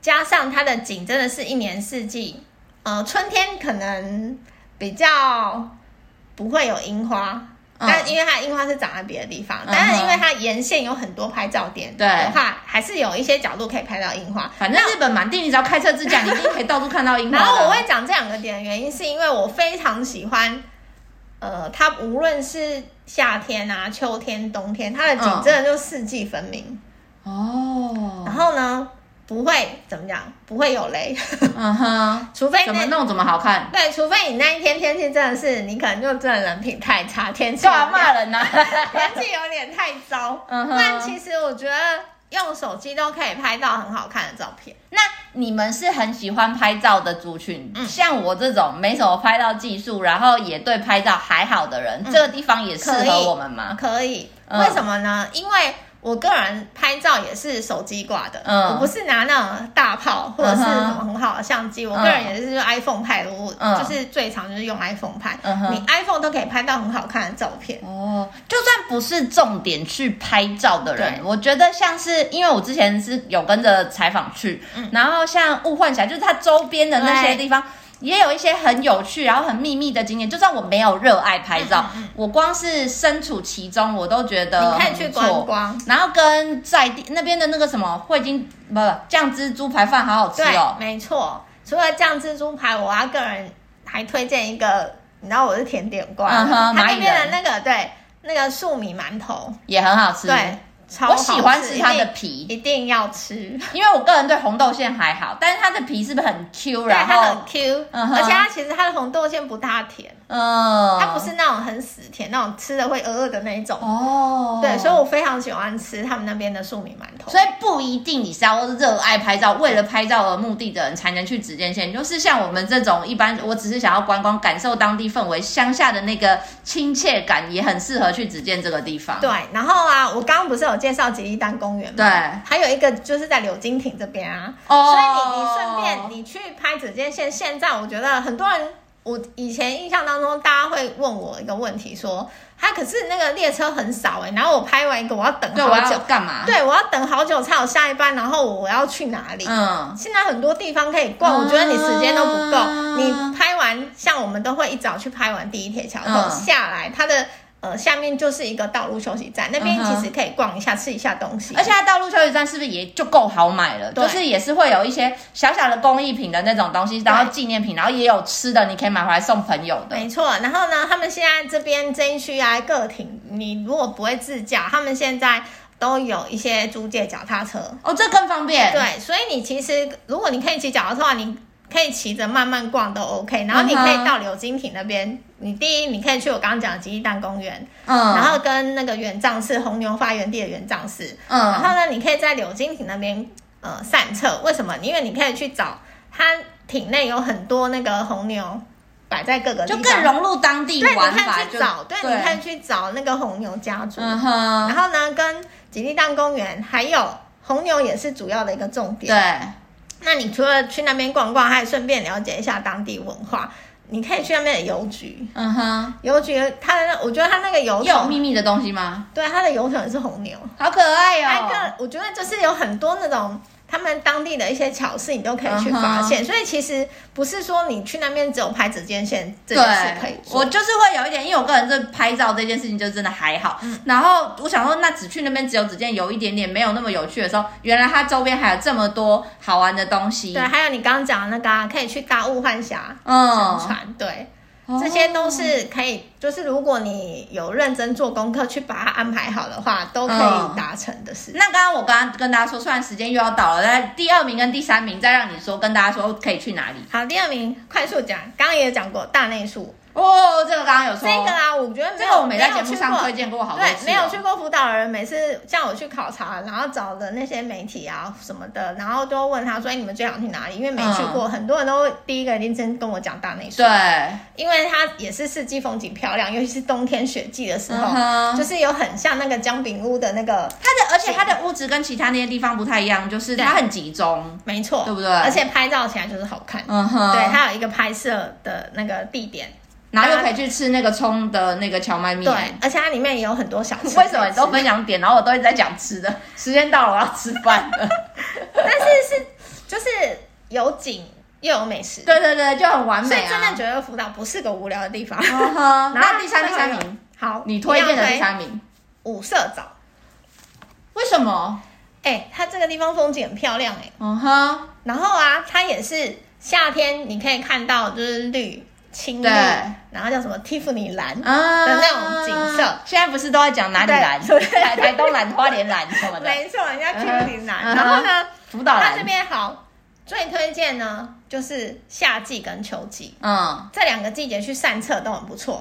[SPEAKER 2] 加上它的景真的是一年四季，呃，春天可能比较不会有樱花，
[SPEAKER 1] 嗯
[SPEAKER 2] 但因为它樱花是长在别的地方，
[SPEAKER 1] 嗯哼
[SPEAKER 2] 但是因为它沿线有很多拍照点
[SPEAKER 1] 对
[SPEAKER 2] 的话，还是有一些角度可以拍到樱花。
[SPEAKER 1] 反正日本满地，你只要开车自驾，你一定可以到处看到樱花。
[SPEAKER 2] 然后我会讲这两个点的原因，是因为我非常喜欢，呃，它无论是夏天啊、秋天、冬天，它的景
[SPEAKER 1] 嗯
[SPEAKER 2] 真的就四季分明。
[SPEAKER 1] 哦
[SPEAKER 2] 然，后呢，不会怎么讲，不会有雷，
[SPEAKER 1] 嗯哼，
[SPEAKER 2] 除非
[SPEAKER 1] 怎么
[SPEAKER 2] 那
[SPEAKER 1] 弄怎么好看。
[SPEAKER 2] 对，除非你那一天天气真的是，你可能就真的人品太差，天气有
[SPEAKER 1] 干嘛啊骂
[SPEAKER 2] 点
[SPEAKER 1] 人呢、
[SPEAKER 2] 天气有点太糟。
[SPEAKER 1] 嗯哼
[SPEAKER 2] 但其实我觉得用手机都可以拍到很好看的照片。
[SPEAKER 1] 那你们是很喜欢拍照的族群，
[SPEAKER 2] 嗯
[SPEAKER 1] 像我这种没什么拍照技术，然后也对拍照还好的人，这个地方也适
[SPEAKER 2] 嗯可以
[SPEAKER 1] 合我们吗？
[SPEAKER 2] 可以，
[SPEAKER 1] 嗯
[SPEAKER 2] 为什么呢？因为我个人拍照也是手机挂的，
[SPEAKER 1] 嗯
[SPEAKER 2] 我不是拿那种大炮或者
[SPEAKER 1] 嗯
[SPEAKER 2] 是
[SPEAKER 1] 哼
[SPEAKER 2] 什么很好的相机，我
[SPEAKER 1] 嗯
[SPEAKER 2] 个人也是用 iPhone 拍的，我
[SPEAKER 1] 嗯
[SPEAKER 2] 就是最常就是用 iPhone 拍，
[SPEAKER 1] 嗯哼
[SPEAKER 2] 你 iPhone 都可以拍到很好看的照片。
[SPEAKER 1] 哦，就算不是重点去拍照的人
[SPEAKER 2] 对，
[SPEAKER 1] 我觉得像是因为我之前是有跟着采访去，然后像物换侠，就是它周边的那些
[SPEAKER 2] 嗯对
[SPEAKER 1] 地方。也有一些很有趣，然后很秘密的景点。就算我没有热爱拍照，我光是身处其中，我都觉得
[SPEAKER 2] 嗯你可以去
[SPEAKER 1] 很不错
[SPEAKER 2] 观光，
[SPEAKER 1] 然后跟在地那边的那个什么汇金不酱汁猪排饭好好吃
[SPEAKER 2] 对，
[SPEAKER 1] 哦，
[SPEAKER 2] 没错。除了酱蜘蛛排，我要个人还推荐一个，你知道我是甜点挂的，
[SPEAKER 1] 嗯哼
[SPEAKER 2] 它
[SPEAKER 1] 蚂
[SPEAKER 2] 那
[SPEAKER 1] 蚁
[SPEAKER 2] 边
[SPEAKER 1] 人
[SPEAKER 2] 的那个对那个粟米馒头，
[SPEAKER 1] 也很好吃。
[SPEAKER 2] 对，，超
[SPEAKER 1] 我
[SPEAKER 2] 好
[SPEAKER 1] 喜欢吃它的
[SPEAKER 2] 一
[SPEAKER 1] 皮，
[SPEAKER 2] 定一定要吃。
[SPEAKER 1] 因为我个人对红豆馅还好，但是它的皮是不是很 Q？
[SPEAKER 2] 对，
[SPEAKER 1] 然
[SPEAKER 2] 它
[SPEAKER 1] 后
[SPEAKER 2] 很 Q，、
[SPEAKER 1] 嗯哼
[SPEAKER 2] 而且它其实它的红豆馅不大甜，
[SPEAKER 1] 嗯，
[SPEAKER 2] 它不是那种很死甜，那种吃的会饿饿的那一种。
[SPEAKER 1] 哦，
[SPEAKER 2] 对，所以我非常喜欢吃他们那边的粟米馒头。
[SPEAKER 1] 所以不一定你是要热爱拍照，为了拍照而目的的人才能去指尖线，就是像我们这种一般，我只是想要观光，感受当地氛围，乡下的那个亲切感，也很适合去指尖这个地方。
[SPEAKER 2] 对，然后啊，我刚刚不是有介绍吉利丹公园吗？
[SPEAKER 1] 对
[SPEAKER 2] 还有一个就是在柳金亭这边啊。
[SPEAKER 1] 哦
[SPEAKER 2] 所以你你顺便你去拍紫见线，现在我觉得很多人我以前印象当中，大家会问我一个问题说，他可是那个列车很少哎、然后我拍完一个，我要等
[SPEAKER 1] 对，我
[SPEAKER 2] 好
[SPEAKER 1] 要
[SPEAKER 2] 久，
[SPEAKER 1] 干嘛？，
[SPEAKER 2] 对我要等好久才有下一班，然后我要去哪里？
[SPEAKER 1] 嗯，
[SPEAKER 2] 现在很多地方可以逛，我觉得你时间都不够。
[SPEAKER 1] 啊
[SPEAKER 2] 你拍完，像我们都会一早去拍完第一铁桥后、
[SPEAKER 1] 嗯
[SPEAKER 2] 下来，它的呃下面就是一个道路休息站，那边
[SPEAKER 1] 嗯哼
[SPEAKER 2] 其实可以逛一下，吃一下东西。
[SPEAKER 1] 而且它道路休息站是不是也就够好买了？
[SPEAKER 2] 对
[SPEAKER 1] 就是也是会有一些小小的工艺品的那种东西，然后纪念品，然后也有吃的，你可以买回来送朋友的。
[SPEAKER 2] 没错，然后呢，他们现在这边这一区啊，个停，你如果不会自驾，他们现在都有一些租借脚踏车。
[SPEAKER 1] 哦，这更方便。
[SPEAKER 2] 对，所以你其实如果你可以骑脚踏车的话，你可以骑着慢慢逛都 OK，然后你可
[SPEAKER 1] 嗯哼
[SPEAKER 2] 以到柳金亭那边。你第一，你可以去我刚刚讲的吉利蛋公园，
[SPEAKER 1] 嗯，
[SPEAKER 2] 然后跟那个原藏寺红牛发源地的原藏寺，然
[SPEAKER 1] 嗯
[SPEAKER 2] 后呢，你可以在柳金亭那边呃散策。为什么？因为你可以去找它艇内有很多那个红牛摆在各个地
[SPEAKER 1] 就
[SPEAKER 2] 方，
[SPEAKER 1] 更融入当地
[SPEAKER 2] 对，
[SPEAKER 1] 玩
[SPEAKER 2] 你
[SPEAKER 1] 法，
[SPEAKER 2] 看去
[SPEAKER 1] 就
[SPEAKER 2] 找，对，你看去找那个红牛家族。
[SPEAKER 1] 嗯哼，
[SPEAKER 2] 然后呢，跟吉利蛋公园还有红牛也是主要的一个重点。
[SPEAKER 1] 对。
[SPEAKER 2] 那你除了去那边逛逛，还顺便了解一下当地文化。你可以去那边的邮局，
[SPEAKER 1] 嗯哼，
[SPEAKER 2] 邮局它的那我觉得它那个
[SPEAKER 1] 又
[SPEAKER 2] 邮
[SPEAKER 1] 有
[SPEAKER 2] 筒，
[SPEAKER 1] 秘密的东西吗？
[SPEAKER 2] 对，它的邮筒也是红牛。
[SPEAKER 1] 好可爱
[SPEAKER 2] 还有
[SPEAKER 1] 哦！
[SPEAKER 2] 一个，我觉得就是有很多那种他们当地的一些巧事，你都可以去发
[SPEAKER 1] 嗯
[SPEAKER 2] 现。所以其实不是说你去那边只有拍指尖线这件事可以
[SPEAKER 1] 对，
[SPEAKER 2] 做
[SPEAKER 1] 我。就是会有一点，因为我个人对拍照这件事情就真的还好。
[SPEAKER 2] 嗯
[SPEAKER 1] 然后我想说，那只去那边只有只见有一点点没有那么有趣的时候，原来它周边还有这么多好玩的东西。
[SPEAKER 2] 对，还有你刚刚讲的那个、啊，可以去大雾幻峡乘
[SPEAKER 1] 嗯，
[SPEAKER 2] 船，对，
[SPEAKER 1] 哦
[SPEAKER 2] 这些都是可以，就是如果你有认真做功课去把它安排好的话，都可
[SPEAKER 1] 嗯
[SPEAKER 2] 以达成的事。
[SPEAKER 1] 那刚刚我刚刚跟大家说，虽然时间又要到了，但第二名跟第三名再让你说，跟大家说哦可以去哪里。
[SPEAKER 2] 好，第二名快速讲，刚刚也讲过大内宿
[SPEAKER 1] 哦，这个刚刚有
[SPEAKER 2] 这
[SPEAKER 1] 说，
[SPEAKER 2] 个啊，我 觉得没有
[SPEAKER 1] 这个我们也在节
[SPEAKER 2] 没有
[SPEAKER 1] 目
[SPEAKER 2] 去
[SPEAKER 1] 上
[SPEAKER 2] 过
[SPEAKER 1] 推荐过好多次、哦
[SPEAKER 2] 对，没有去。过辅导的人，每次叫我去考察，然后找的那些媒体啊什么的，然后都问他说：“哎，你们最想去哪里？”因为没去过，很多人都第一个一定先跟我讲大内宿，
[SPEAKER 1] 嗯对，，
[SPEAKER 2] 因为它也是四季风景漂亮，尤其是冬天雪季的时候，
[SPEAKER 1] 嗯哼
[SPEAKER 2] 就是有很像那个姜饼屋的那个，
[SPEAKER 1] 它的而且它的物质跟其他那些地方不太一样，就是它很集中。
[SPEAKER 2] 没错，
[SPEAKER 1] 对不对
[SPEAKER 2] 而且拍照起来就是好看，
[SPEAKER 1] 嗯哼，
[SPEAKER 2] 对，它有一个拍摄的那个地点，
[SPEAKER 1] 然后又可以去吃那个葱的那个荞麦面
[SPEAKER 2] 对。，而且它里面也有很多小吃可以吃，
[SPEAKER 1] 为什么你都分享点，然后我都一直在讲吃的？ 时间到了，我要吃饭了。
[SPEAKER 2] 但是是就是有景又有美食，
[SPEAKER 1] 对对对，就很完
[SPEAKER 2] 所
[SPEAKER 1] 美、
[SPEAKER 2] 以
[SPEAKER 1] 啊。
[SPEAKER 2] 真的觉得辅导不是个无聊的地方。
[SPEAKER 1] 嗯 哼，
[SPEAKER 2] 然后
[SPEAKER 1] 那第三第三名，，
[SPEAKER 2] 好，
[SPEAKER 1] 你推荐的第
[SPEAKER 2] 一样推
[SPEAKER 1] 三名，
[SPEAKER 2] 五色藻。
[SPEAKER 1] 为什么？
[SPEAKER 2] 哎、它这个地方风景很漂亮哎、
[SPEAKER 1] 嗯哼，
[SPEAKER 2] 然后啊，它也是夏天你可以看到就是绿、青绿，
[SPEAKER 1] 对
[SPEAKER 2] 然后叫什么蒂芙尼蓝，
[SPEAKER 1] 啊
[SPEAKER 2] 的那种景色。
[SPEAKER 1] 现在不是都在讲哪里蓝？
[SPEAKER 2] 对
[SPEAKER 1] 台台东蓝、花莲蓝什么的，
[SPEAKER 2] 没错，人家蒂芙尼蓝。
[SPEAKER 1] 嗯哼
[SPEAKER 2] 然后呢，
[SPEAKER 1] 福岛
[SPEAKER 2] 它
[SPEAKER 1] 蓝
[SPEAKER 2] 这。边好，最推荐呢就是夏季跟秋季。
[SPEAKER 1] 嗯
[SPEAKER 2] 这两个季节去散策都很不错。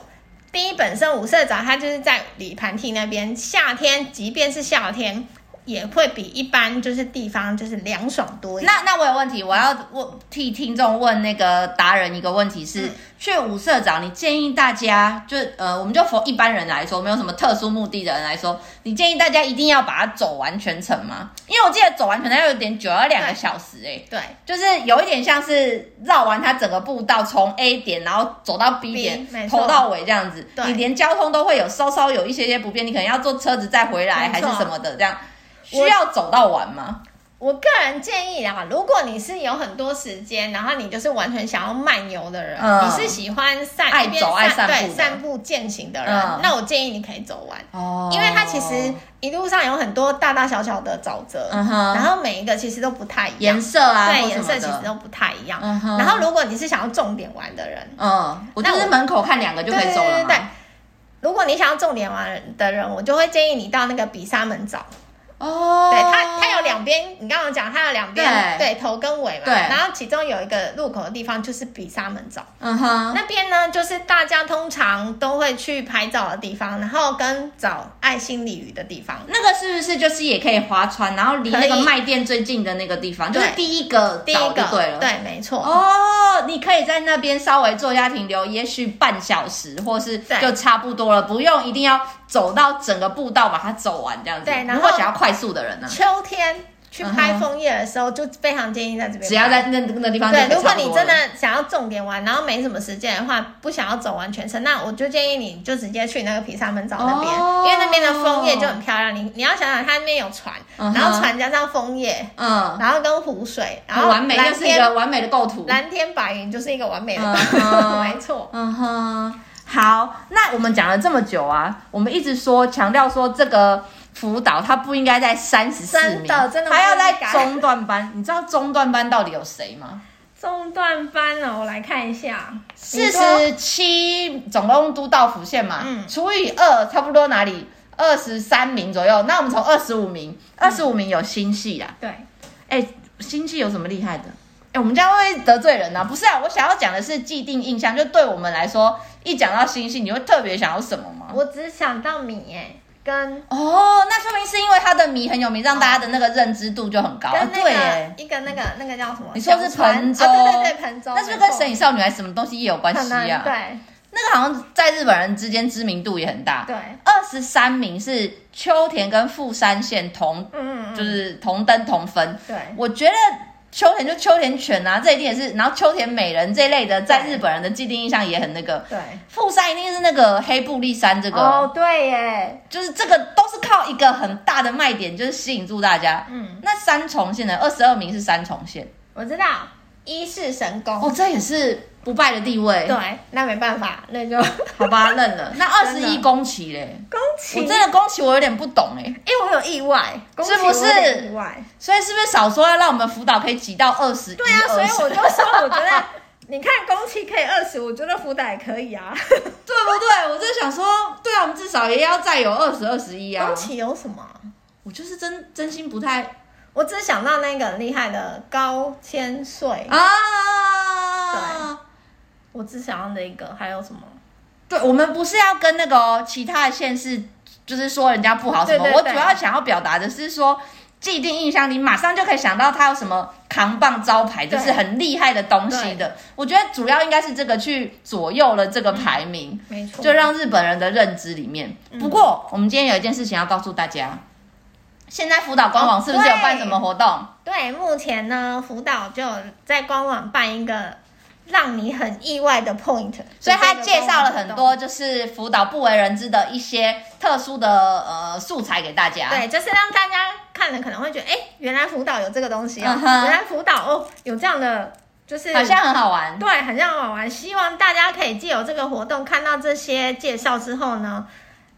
[SPEAKER 2] 第一，本身五色藻它就是在里盘梯那边，夏天即便是夏天，也会比一般就是地方就是凉爽多一点。
[SPEAKER 1] 那那我有问题，我要问替听众问那个达人一个问题
[SPEAKER 2] 嗯
[SPEAKER 1] 是：去五社长，你建议大家就呃，我们就佛一般人来说，没有什么特殊目的的人来说，你建议大家一定要把它走完全程吗？因为我记得走完全程要有点久，要两个
[SPEAKER 2] 对
[SPEAKER 1] 小时哎、欸
[SPEAKER 2] 对
[SPEAKER 1] 就是有一点像是绕完它整个步道，从 A 点然后走到 B
[SPEAKER 2] B，
[SPEAKER 1] 点，
[SPEAKER 2] 没
[SPEAKER 1] 头
[SPEAKER 2] 错
[SPEAKER 1] 到尾这样子，
[SPEAKER 2] 对
[SPEAKER 1] 你连交通都会有稍稍有一些些不便，你可能要坐车子再回来
[SPEAKER 2] 没
[SPEAKER 1] 还是
[SPEAKER 2] 错
[SPEAKER 1] 什么的，这样需
[SPEAKER 2] 我
[SPEAKER 1] 要走到完吗？
[SPEAKER 2] 我个人建议啦，如果你是有很多时间，然后你就是完全想要漫游的人，
[SPEAKER 1] 嗯
[SPEAKER 2] 你是喜欢散
[SPEAKER 1] 爱
[SPEAKER 2] 一边
[SPEAKER 1] 走爱散步
[SPEAKER 2] 对
[SPEAKER 1] 的
[SPEAKER 2] 散步践行的人，
[SPEAKER 1] 嗯
[SPEAKER 2] 那我建议你可以走完。
[SPEAKER 1] 哦
[SPEAKER 2] 因为它其实一路上有很多大大小小的沼泽，
[SPEAKER 1] 嗯哼
[SPEAKER 2] 然后每一个其实都不太一样
[SPEAKER 1] 颜，色啊，
[SPEAKER 2] 对
[SPEAKER 1] 或什
[SPEAKER 2] 颜
[SPEAKER 1] 么
[SPEAKER 2] 色
[SPEAKER 1] 的
[SPEAKER 2] 其实都不太一样。
[SPEAKER 1] 嗯哼
[SPEAKER 2] 然后如果你是想要重点玩的人，
[SPEAKER 1] 嗯，我就
[SPEAKER 2] 那
[SPEAKER 1] 是
[SPEAKER 2] 我
[SPEAKER 1] 门口看两个就可以走了
[SPEAKER 2] 对对对对
[SPEAKER 1] 嘛。
[SPEAKER 2] 如果你想要重点玩的人，我就会建议你到那个比沙门沼。
[SPEAKER 1] 哦，
[SPEAKER 2] 对，它它有两边，你刚刚讲它有两边，
[SPEAKER 1] 对
[SPEAKER 2] 对头跟尾嘛。
[SPEAKER 1] 对
[SPEAKER 2] 然后其中有一个入口的地方就是比沙门沼，
[SPEAKER 1] 嗯哼，
[SPEAKER 2] 那边呢就是大家通常都会去拍照的地方，然后跟找爱心鲤鱼的地方。
[SPEAKER 1] 那个是不是就是也可以划船，然后离那
[SPEAKER 2] 可
[SPEAKER 1] 个
[SPEAKER 2] 以
[SPEAKER 1] 卖店最近的那个地方，就是
[SPEAKER 2] 对
[SPEAKER 1] 第一个
[SPEAKER 2] 第一个
[SPEAKER 1] 找就对了。。
[SPEAKER 2] 对，没错。
[SPEAKER 1] 哦，你可以在那边稍微做一下停留，也许半小时，或是
[SPEAKER 2] 对
[SPEAKER 1] 就差不多了，不用一定要走到整个步道把它走完这样子。
[SPEAKER 2] 对然后
[SPEAKER 1] 如果想要快速的人呢、
[SPEAKER 2] 秋天去
[SPEAKER 1] 嗯哼
[SPEAKER 2] 拍枫叶的时候，就非常建议在这边。
[SPEAKER 1] 只要。在那那地方就
[SPEAKER 2] 对，如果
[SPEAKER 1] 差不
[SPEAKER 2] 你
[SPEAKER 1] 多
[SPEAKER 2] 真
[SPEAKER 1] 了
[SPEAKER 2] 的想要重点玩，然后没什么时间的话，不想要走完全程，那我就建议你就直接去那个毗沙门沼那边，
[SPEAKER 1] 哦
[SPEAKER 2] 因为那边的枫叶就很漂亮。你你要想想，它那边有船，
[SPEAKER 1] 嗯哼
[SPEAKER 2] 然后船加上枫叶，
[SPEAKER 1] 嗯，
[SPEAKER 2] 然后跟湖水，然
[SPEAKER 1] 很
[SPEAKER 2] 后
[SPEAKER 1] 完美，
[SPEAKER 2] 蓝
[SPEAKER 1] 又是一
[SPEAKER 2] 天
[SPEAKER 1] 个完美的构图。
[SPEAKER 2] 蓝天白云就是一个完美的
[SPEAKER 1] 嗯
[SPEAKER 2] 版
[SPEAKER 1] 哼
[SPEAKER 2] 本， 没错。
[SPEAKER 1] 嗯哼，好，那我们讲了这么久啊，我们一直说强调说这个辅导它不应该在三十四名，
[SPEAKER 2] 真的真的
[SPEAKER 1] 还要
[SPEAKER 2] 不应
[SPEAKER 1] 在
[SPEAKER 2] 该
[SPEAKER 1] 中段班。你知道中段班到底有谁吗？
[SPEAKER 2] 中段班呢，我来看一下，
[SPEAKER 1] 四
[SPEAKER 2] 你说
[SPEAKER 1] 十七，总共都道府县嘛，
[SPEAKER 2] 嗯
[SPEAKER 1] 除以二，差不多哪里？二十三名左右。那我们从二十五名，二十五名有新系啦。
[SPEAKER 2] 对，
[SPEAKER 1] 哎、新系有什么厉害的？哎、我们这样会不会得罪人呢、不是啊，我想要讲的是既定印象，就对我们来说，一讲到新系，你会特别想要什么吗？
[SPEAKER 2] 我只想到米诶，跟
[SPEAKER 1] 哦，那说明是因为它的米很有名，让大家的那个认知度就很高。啊
[SPEAKER 2] 跟
[SPEAKER 1] 对
[SPEAKER 2] 那
[SPEAKER 1] 耶，
[SPEAKER 2] 个一个那个那个叫什么？
[SPEAKER 1] 你说是
[SPEAKER 2] 小船
[SPEAKER 1] 彭州
[SPEAKER 2] 啊对对对，彭州，
[SPEAKER 1] 那是不是跟《神
[SPEAKER 2] 有
[SPEAKER 1] 隐少女》还是什么东西也有关
[SPEAKER 2] 可
[SPEAKER 1] 系
[SPEAKER 2] 能
[SPEAKER 1] 啊？
[SPEAKER 2] 对
[SPEAKER 1] 那个好像在日本人之间知名度也很大。
[SPEAKER 2] 对，
[SPEAKER 1] 二十三名是秋田跟富山县同，
[SPEAKER 2] 嗯，嗯嗯
[SPEAKER 1] 就是同登同分。
[SPEAKER 2] 对，
[SPEAKER 1] 我觉得秋田就秋田犬啊，这一定也是，然后秋田美人这一类的，在日本人的既定印象也很那个。
[SPEAKER 2] 对，
[SPEAKER 1] 富山一定是那个黑布利山，这个、
[SPEAKER 2] 哦，对耶，
[SPEAKER 1] 就是这个都是靠一个很大的卖点，就是吸引住大家。
[SPEAKER 2] 嗯，
[SPEAKER 1] 那三重县呢？二十二名是三重县，
[SPEAKER 2] 我知道一世神功，
[SPEAKER 1] 哦，这也是不败的地位。，
[SPEAKER 2] 对，那没办法，那就
[SPEAKER 1] 好吧，认 了。那二十
[SPEAKER 2] 真
[SPEAKER 1] 一
[SPEAKER 2] 的
[SPEAKER 1] 宫崎嘞，
[SPEAKER 2] 宫
[SPEAKER 1] 我
[SPEAKER 2] 崎，
[SPEAKER 1] 真的宫崎我有点不懂哎、
[SPEAKER 2] 哎，我有意外，宫崎
[SPEAKER 1] 是不是
[SPEAKER 2] 我有点意外？
[SPEAKER 1] 所以是不是少说要让我们辅导可以挤到二十一？
[SPEAKER 2] 对啊，所以我就
[SPEAKER 1] 20
[SPEAKER 2] 说，我觉 得你看宫崎可以二十，我觉得福岛也可以啊。
[SPEAKER 1] 对不对？我就想说，对啊，我们至少也要再有二十二十一啊
[SPEAKER 2] 宫。崎有什么啊？
[SPEAKER 1] 我就是真真心不太
[SPEAKER 2] 我只想到那个很厉害的高千穗，
[SPEAKER 1] 啊。
[SPEAKER 2] 我只想到那个，还有什么？
[SPEAKER 1] 对，我们不是要跟那个哦、其他的县市，就是说人家不好什么。
[SPEAKER 2] 对对对
[SPEAKER 1] 我主要想要表达的是说，既定印象你马上就可以想到它有什么扛棒招牌，就
[SPEAKER 2] 对
[SPEAKER 1] 是很厉害的东西的。我觉得主要应该是这个去左右了这个排名，
[SPEAKER 2] 没错
[SPEAKER 1] 就让日本人的认知里面。
[SPEAKER 2] 嗯
[SPEAKER 1] 不过，我们今天有一件事情要告诉大家，现在辅导
[SPEAKER 2] 哦
[SPEAKER 1] 官网是不是有办什么活动？
[SPEAKER 2] 对，目前呢，福岛就有在官网办一个让你很意外的 point，
[SPEAKER 1] 所以他介绍了很多就是辅导不为人知的一些特殊的呃素材给大家。
[SPEAKER 2] 对，就是让大家看了可能会觉得，哎，原来福岛有这个东西哦，
[SPEAKER 1] 嗯哼
[SPEAKER 2] 原来福岛哦有这样的，就是
[SPEAKER 1] 好像很好玩。
[SPEAKER 2] 对，很像好玩。希望大家可以借由这个活动看到这些介绍之后呢，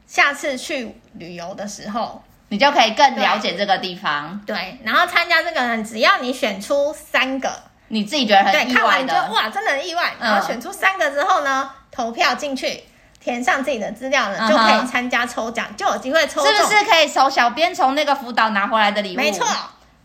[SPEAKER 2] 下次去旅游的时候，
[SPEAKER 1] 你就可以更了解这个地方，
[SPEAKER 2] 对，然后参加这个呢，只要你选出三个，
[SPEAKER 1] 你自己觉得很
[SPEAKER 2] 对，
[SPEAKER 1] 意
[SPEAKER 2] 看
[SPEAKER 1] 外
[SPEAKER 2] 完你就哦
[SPEAKER 1] 的。
[SPEAKER 2] 哇，真的很意外。
[SPEAKER 1] 嗯
[SPEAKER 2] 然后选出三个之后呢，投票进去，填上自己的资料呢，
[SPEAKER 1] 嗯哼
[SPEAKER 2] 就可以参加抽奖，就有机会抽中。
[SPEAKER 1] 是不是可以从小编从那个辅导拿回来的礼物？
[SPEAKER 2] 没错，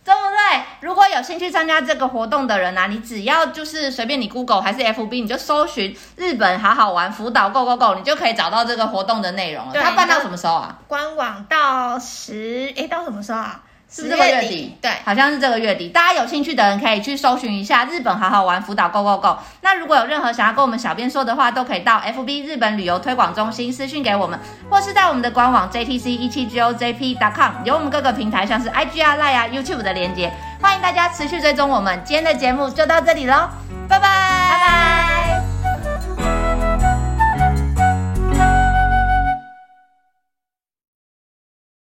[SPEAKER 1] 对不对？如果有兴趣参加这个活动的人啊，你只要就是随便你 Google 还是 FB，你就搜寻日本好好玩辅导 Go Go Go，你就可以找到这个活动的内容了。
[SPEAKER 2] 对
[SPEAKER 1] 它办到什么时候啊？
[SPEAKER 2] 官网到十，诶，到什么时候啊？
[SPEAKER 1] 是
[SPEAKER 2] 十
[SPEAKER 1] 不是这个月
[SPEAKER 2] 底
[SPEAKER 1] 底？？
[SPEAKER 2] 对，
[SPEAKER 1] 好像是这个月底。大家有兴趣的人可以去搜寻一下日本好好玩辅导 Go Go Go。那如果有任何想要跟我们小编说的话，都可以到 FB 日本旅游推广中心私讯给我们，或是在我们的官网 JTC 一七 GOJP.com 有我们各个平台像是 IG 啊、Line 啊、YouTube 的连接。欢迎大家持续追踪我们。今天的节目就到这里喽，拜拜。